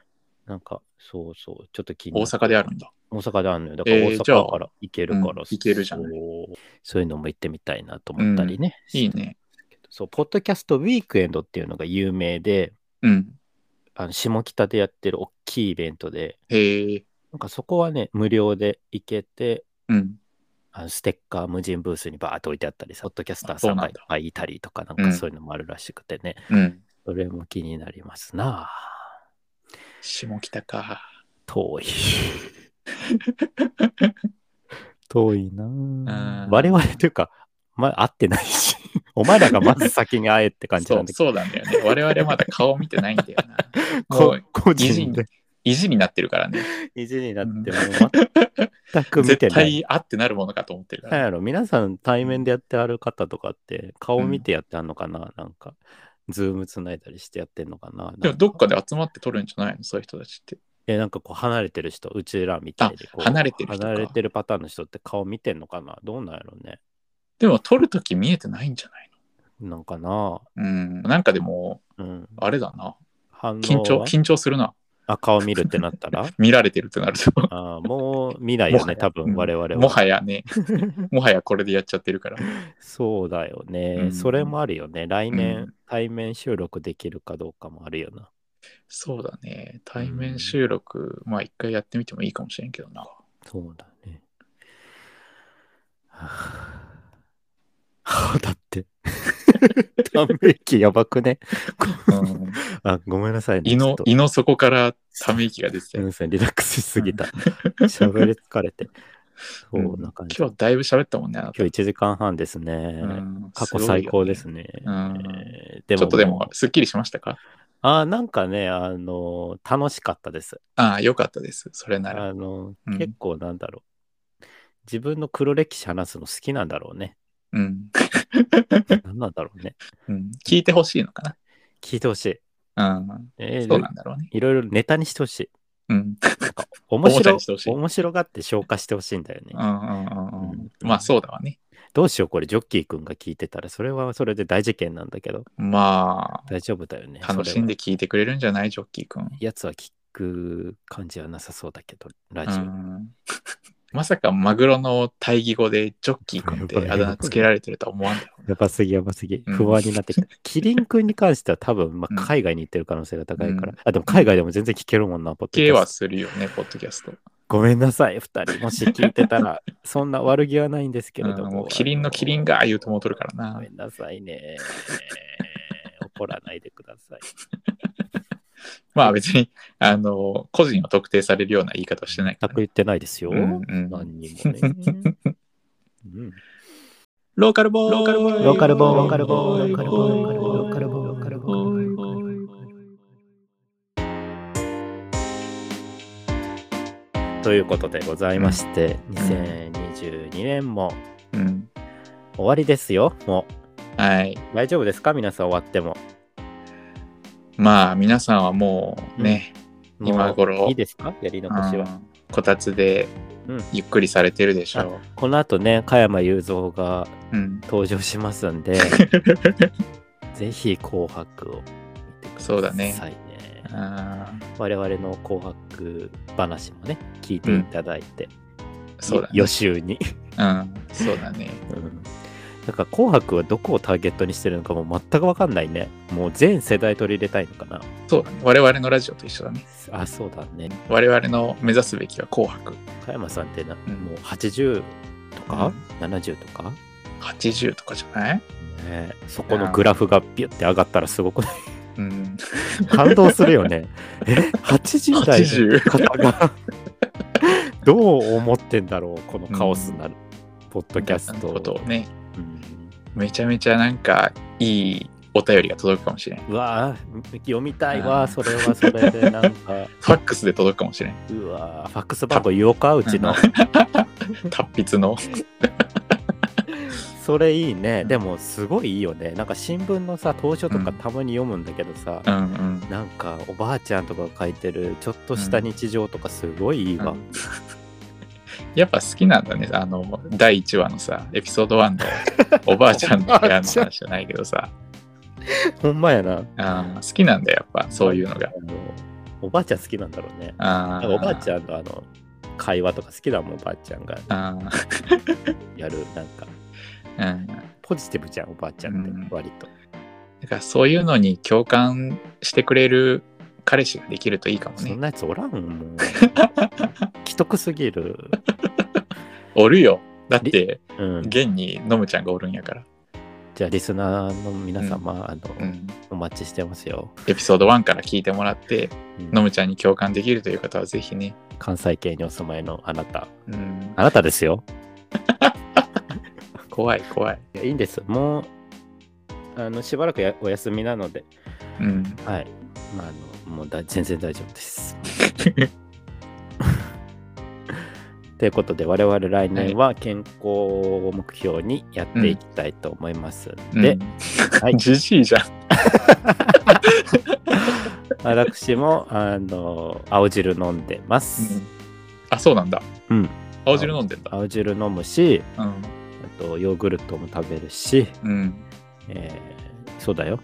A: なんかそうそう、ちょっと気に
B: 大
A: なって
B: 阪であるんだ。
A: 大阪であるのよ。だから
B: えー
A: 大
B: じゃ
A: 阪
B: あ
A: から行けるから、
B: うん行けるじゃない
A: そうそういうのも行ってみたいなと思ったりね。
B: いいね。
A: そう、ポッドキャストウィークエンドっていうのが有名で、
B: うん。
A: あの下北でやってる大きいイベントで、
B: へえ。
A: なんかそこはね、無料で行けて、
B: うん。
A: あのステッカー無人ブースにバーっと置いてあったりさ、ポッドキャスター
B: あそ
A: さ
B: うんな
A: が
B: んだ
A: いっぱいいたりとか、なん
B: う
A: か
B: ん
A: そういうのもあるらしくてね、
B: うん。
A: それも気になりますなあ
B: 下北か。
A: 遠い。 遠いなあ我々というか、ま、会ってないし、 お前らがまず先に会えって感じ
B: そ
A: なんだ
B: う
A: け 。
B: そうなんだよね。我々まだ顔見てないんだよな
A: ど、
B: もう
A: こ個
B: 二
A: 人
B: 次
A: で。
B: 意地になってるからね。
A: 意地になってもう 全く見て
B: 絶
A: ない。
B: 対あってなるものかと思ってるか
A: なん
B: ら。
A: やろ皆さん対面でやってある方とかって顔見てやってあんのかな、なんか、ズームつないだりしてやってんのかな
B: でもどっかで集まって撮るんじゃないのそういう人たちって。
A: え、なんかこう離れてる人、うちらみたいにこう
B: あ離れてる人か
A: 離れてるパターンの人って顔見てんのかなどうなんやろね。
B: でも撮るとき見えてないんじゃない
A: なんかな
B: のうん。なんかでも、
A: うん。
B: あれだな。
A: 反応は
B: 緊張、緊張するな。
A: あ、顔見るってなった ら
B: 見られてるってなると。
A: あーもう見ないよ
B: もは
A: ね、
B: や
A: 多分我々は。
B: もは やね。もはやこれでやっちゃってるから。
A: そうだよね、
B: うん
A: それもあるよね。来
B: う
A: 年
B: ん
A: 対面収録できるかどうかもあるよな。
B: そうだね。対面収録、まあ一回やってみてもいいかもしれんけ どな。
A: そうだね。はあ、 だ って。ため息やばくね。
B: うん、
A: あ、ごめんなさいね。ち
B: 胃
A: ょ
B: の
A: っと
B: 胃の底からため息が出て
A: す
B: た
A: み
B: よ。
A: ません、リラックスしすぎた。喋り疲れて。そ
B: うん
A: んな感じ。
B: 今日だいぶ喋ったもんね、あなた
A: 今日1時間半ですね。
B: うん
A: 過去最高ですすね。
B: うん
A: えー
B: ごいよね。ちょっとで
A: も
B: も、すっきりしましたか
A: あーなんかね、あのー楽しかったです。
B: ああ、よかったです。それなら。
A: あのー
B: うん
A: 結構なんだろう。自分の黒歴史話すの好きなんだろうね。
B: うん。
A: なんなんだろうね。
B: うん聞いてほしいのか
A: 聞いてほしい。
B: な。うん。
A: えー
B: そうなんだろうね。
A: いろいろネタにしてほしい。
B: う
A: 面
B: ん。おもちゃ
A: 白
B: にしてほしい
A: 面白がって消化してほしいんだよね
B: う。んうんうんう
A: うん
B: ん。まあ、そうだわね。
A: どうしよう、これ、ジョッキーくんが聞いてたら、それはそれで大事件なんだけど、
B: ま
A: 大丈夫だよね。
B: あ、楽しんで聞いてくれるんじゃないジョッキーくん。
A: それはやつは聞く感じはなさそうだけど、ラ
B: う
A: ジオ。
B: ん まさかマグロの対義語でジョッキーくんってあだ名つけられてるとは思わんだろう
A: やばすぎやばすぎ。
B: うん
A: 不安になって きた。キリンくんに関しては多分、ま
B: うん
A: あ、海外に行ってる可能性が高いから。
B: うん
A: あ、でも海外でも全然聞けるもんな、ポッドキャス
B: K
A: ト
B: はするよね、ポッドキャスト。
A: ごめんなさい、二人。もし聞いてた ら、そんな悪気はないんですけれど
B: う
A: も。
B: んもうキリンのキリンが言うと思うとるからな
A: ごめんなさいね。怒らないでください。
B: まあ別に、あの、個人を特定されるような言い方はしてない
A: 全
B: か
A: く
B: ら
A: 言
B: ね、
A: ってないですよ。
B: うんうん
A: 何にも ね。うん
B: ローカルボーイローカルボー
A: ローカルボーイローカルボーイ
B: イ
A: ローカルボーイローカルボーイローカルボーイローカルボーイということでございまして、2022年も
B: うん。
A: 終わりですよ。も
B: はい。
A: う大丈夫ですか皆さん終わっても。
B: まあ皆さんはもうね、
A: もう
B: 今頃
A: いいですかやり残しは。
B: あーこたつで
A: うん
B: ゆっくりされてるでしょ
A: この後ね、加山雄三が
B: う。うん。
A: 登場しますんで、 ぜひ紅白を見てください、ね。
B: そうだねあ
A: 我々の紅白話もね、聞いていただいて、
B: ーそうだね。
A: 予習に。
B: うん。そうだね。
A: うんだから紅白はどこをターゲットにしてるのかもう全く分かんないね。もう全世代取り入れたいのかな。
B: そうだね。我々のラジオと一緒だね。
A: あ、そうだね。
B: 我々の目指すべきは紅白
A: 加山さんってな、
B: うん
A: もう80とか、70とか、
B: 80とかじゃない
A: ね、そこのグラフがビュって上がったらすごく ない
B: うん。
A: 感動するよね。え、80代の
B: 80
A: 方が どう思ってんだろう、このカオスなる、ポッドキャスト
B: の
A: を
B: ことをね、
A: うん
B: めちゃめちゃなんかいいお便りが届くかもしれん。
A: うわぁ、読みたい
B: あ
A: わ、
B: ー
A: それはそれで、なんか、
B: ファックスで届くかもしれん。
A: うわぁ、ファックス番号言おうか、うちの。
B: 達筆の。
A: それいいね、でもすごいいいよね。なんか新聞のさ、当初とかたまに読むんだけどさ、
B: うんうん。
A: なんかおばあちゃんとかが書いてる、ちょっとした日常とかすごいいいわ。
B: うんやっぱ好きなんだね。あの、第1話のさ、エピソード1の おばあちゃんの部屋の話じゃないけどさ、
A: ほんまやな。
B: あー好きなんだよ、やっぱそういうのが。
A: あの。おばあちゃん好きなんだろうね。
B: あ
A: なんかおばあちゃんのあの、会話とか好きだもん、おばあちゃんが
B: ゃん。あ
A: やる、なんか、
B: ーうん。
A: ポジティブじゃん、おばあちゃん
B: うん
A: って、割と。
B: だからそういうのに共感してくれる彼氏ができるといいかも
A: そん
B: ね。
A: なやつおらんも ん。既得すぎる。
B: おるよ。だって、
A: うん。
B: 現にのむちゃんがおるんやから。
A: じゃあ、リスナーの皆様、あの、
B: うん。
A: お待ちしてますよ。
B: エピソード1から聞いてもらって、
A: うん
B: のむちゃんに共感できるという方はぜひね。
A: 関西圏にお住まいのあなた。
B: うん。
A: あなたですよ。
B: 怖い怖い。
A: いやいいんです。もう、あの、しばらくやお休みなので、
B: うん。
A: はい。まあ、あの、もうだ全然大丈夫です。ということで、我々来年は健康を目標にやっていきたいと思いますんで、 はい
B: じじいじゃん。
A: 私も、あの、青汁飲んでます。
B: あ、そうなんだ。
A: うん。
B: 青汁飲んでんだ。
A: 青汁飲むし、
B: うん。
A: あとヨーグルトも食べるし、
B: うん。
A: えーそうだよ。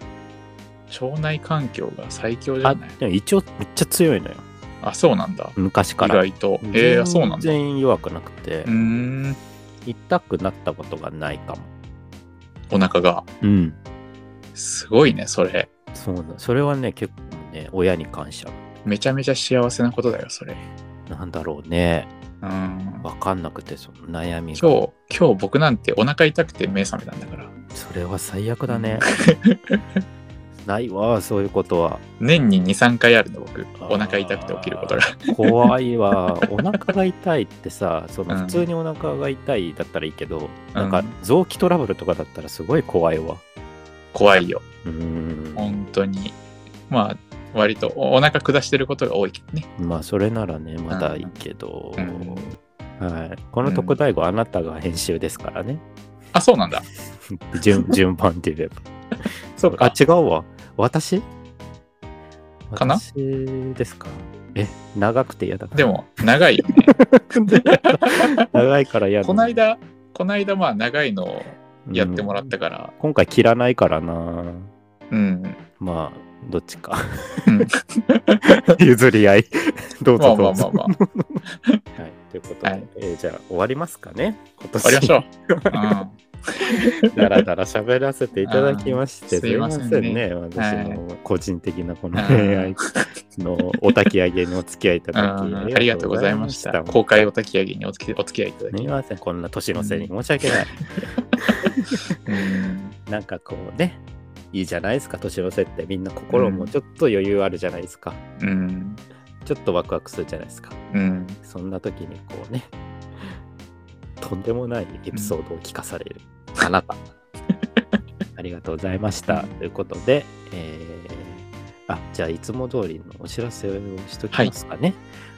B: 腸内環境が最強じゃ
A: あ、
B: ない
A: でも一応めっちゃ強いのよ。
B: あそうなんだ。
A: 昔か
B: 意
A: ら。
B: 外と。えー、そうなんだ。う
A: 全然弱くなくて
B: ー、ん。
A: 痛くなったことがないかも。
B: お腹が。
A: うん。
B: すごいね、それ。
A: そうだ。それはね、結構ね、親に感謝。
B: めちゃめちゃ幸せなことだよ、それ。
A: なんだろうね。
B: うん。
A: わかんなくて、その悩み
B: 今
A: が。
B: 日、今日僕なんてお腹痛くて目覚めたんだから。
A: それは最悪だね。 ないわ、そういうことは。
B: 年に2、3回あるの、僕。
A: あー
B: お腹痛くて起きることが。
A: 怖い わ。お腹が痛いってさ、その
B: うん
A: 普通にお腹が痛いだったらいいけど、なん
B: う
A: か
B: ん
A: 臓器トラブルとかだったらすごい怖いわ。
B: 怖いよ、
A: うーん。
B: 本当に。まあ、割とおお腹下してることが多いけどね。
A: まあ、それならね、まだいいけど。
B: うん
A: はい、この特大号、あなたが編集ですからね。
B: あ、そうなんだ。
A: 順順番で言えば。
B: そう
A: あ
B: か。、
A: 違うわ。私
B: かな
A: 私ですか。え、長くて嫌だ。
B: でも、長いよ ね。
A: 長いから嫌だ。
B: こないだ、こないだ、まあ、長いのを
A: うん
B: やってもらったから、
A: 今回切らないからな。
B: うん。
A: まあ、どっちか。
B: うん
A: 譲り 合い。どう
B: まあ
A: ぞ
B: ま
A: どう
B: あまあ
A: ぞ。
B: まあ。
A: はい、ということで、
B: はい
A: えーじゃあ終わりますかね。今年
B: 終わりましょう。 うん
A: だらだら喋らせていただきまして、
B: あーすいませんね
A: す私の個人的なこの恋愛のお焚き上げにお付き合いいただき、
B: うんありがとうございました。
A: 本当
B: 公開お焚き上げにお付きお付き合いいただ
A: にす
B: き。
A: みません、こんな年のせいに申し訳ない。
B: うん
A: なんかこうね、いいじゃないですか、年のせいってみんな心もちょっと余裕あるじゃないですか。
B: うん。
A: ちょっとワクワクするじゃないですか。
B: うん。
A: そんな時にこうね、 とんでもないエピソードを聞かされる、あな た。ありがとうございました。ということで、えーあ、じゃあいつも通りのお知らせをしときますかね。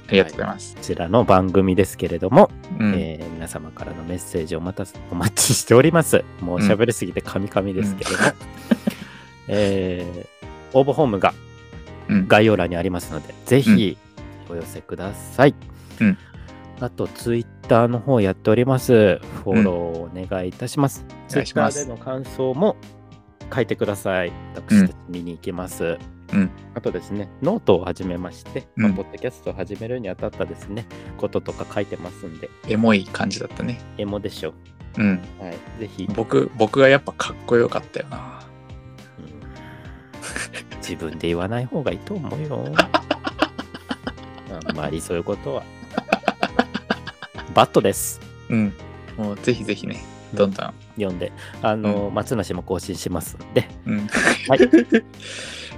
B: ありがとうございます。
A: こちらの番組ですけれども、
B: うん。
A: えー皆様からのメッセージをまたお待ちしております。もう喋りすぎてカミカミですけれども、 えー応募フォームが
B: うん
A: 概要欄にありますので、ぜひお寄せください。
B: うん
A: あと、ツイッターの方やっております。フォローお願いいたします。
B: お
A: ツイ
B: 願い
A: ッ
B: し
A: タ
B: ま
A: ー
B: す
A: での感想も書いてください。私たち見に行きます。
B: うん
A: あとですね、ノートを始めまして、
B: うん
A: まあポッドキャストを始めるにあたったですね、こととか書いてますんで、
B: エモい感じだったね。
A: エモでしょ
B: うん。
A: う。はい、ぜひ、
B: 僕、僕がやっぱかっこよかったよな。
A: うん自分で言わない方がいいと思うよ。 あんまりそういうことは。バットです。
B: うん。もうぜひぜひね、どんどん。
A: 読んで。あの、松梨も更新しますんで。
B: うん。
A: はい。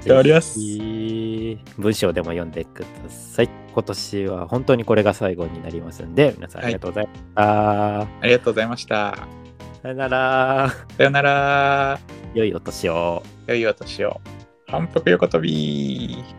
B: やります
A: ぜひ文章でも読んでください。今年は本当にこれが最後になりますんで、皆さんありがとうございました。
B: ありがとうございました。
A: さよなら。
B: さよなら。
A: 良いお年を。
B: 良いお年を。反復横跳び。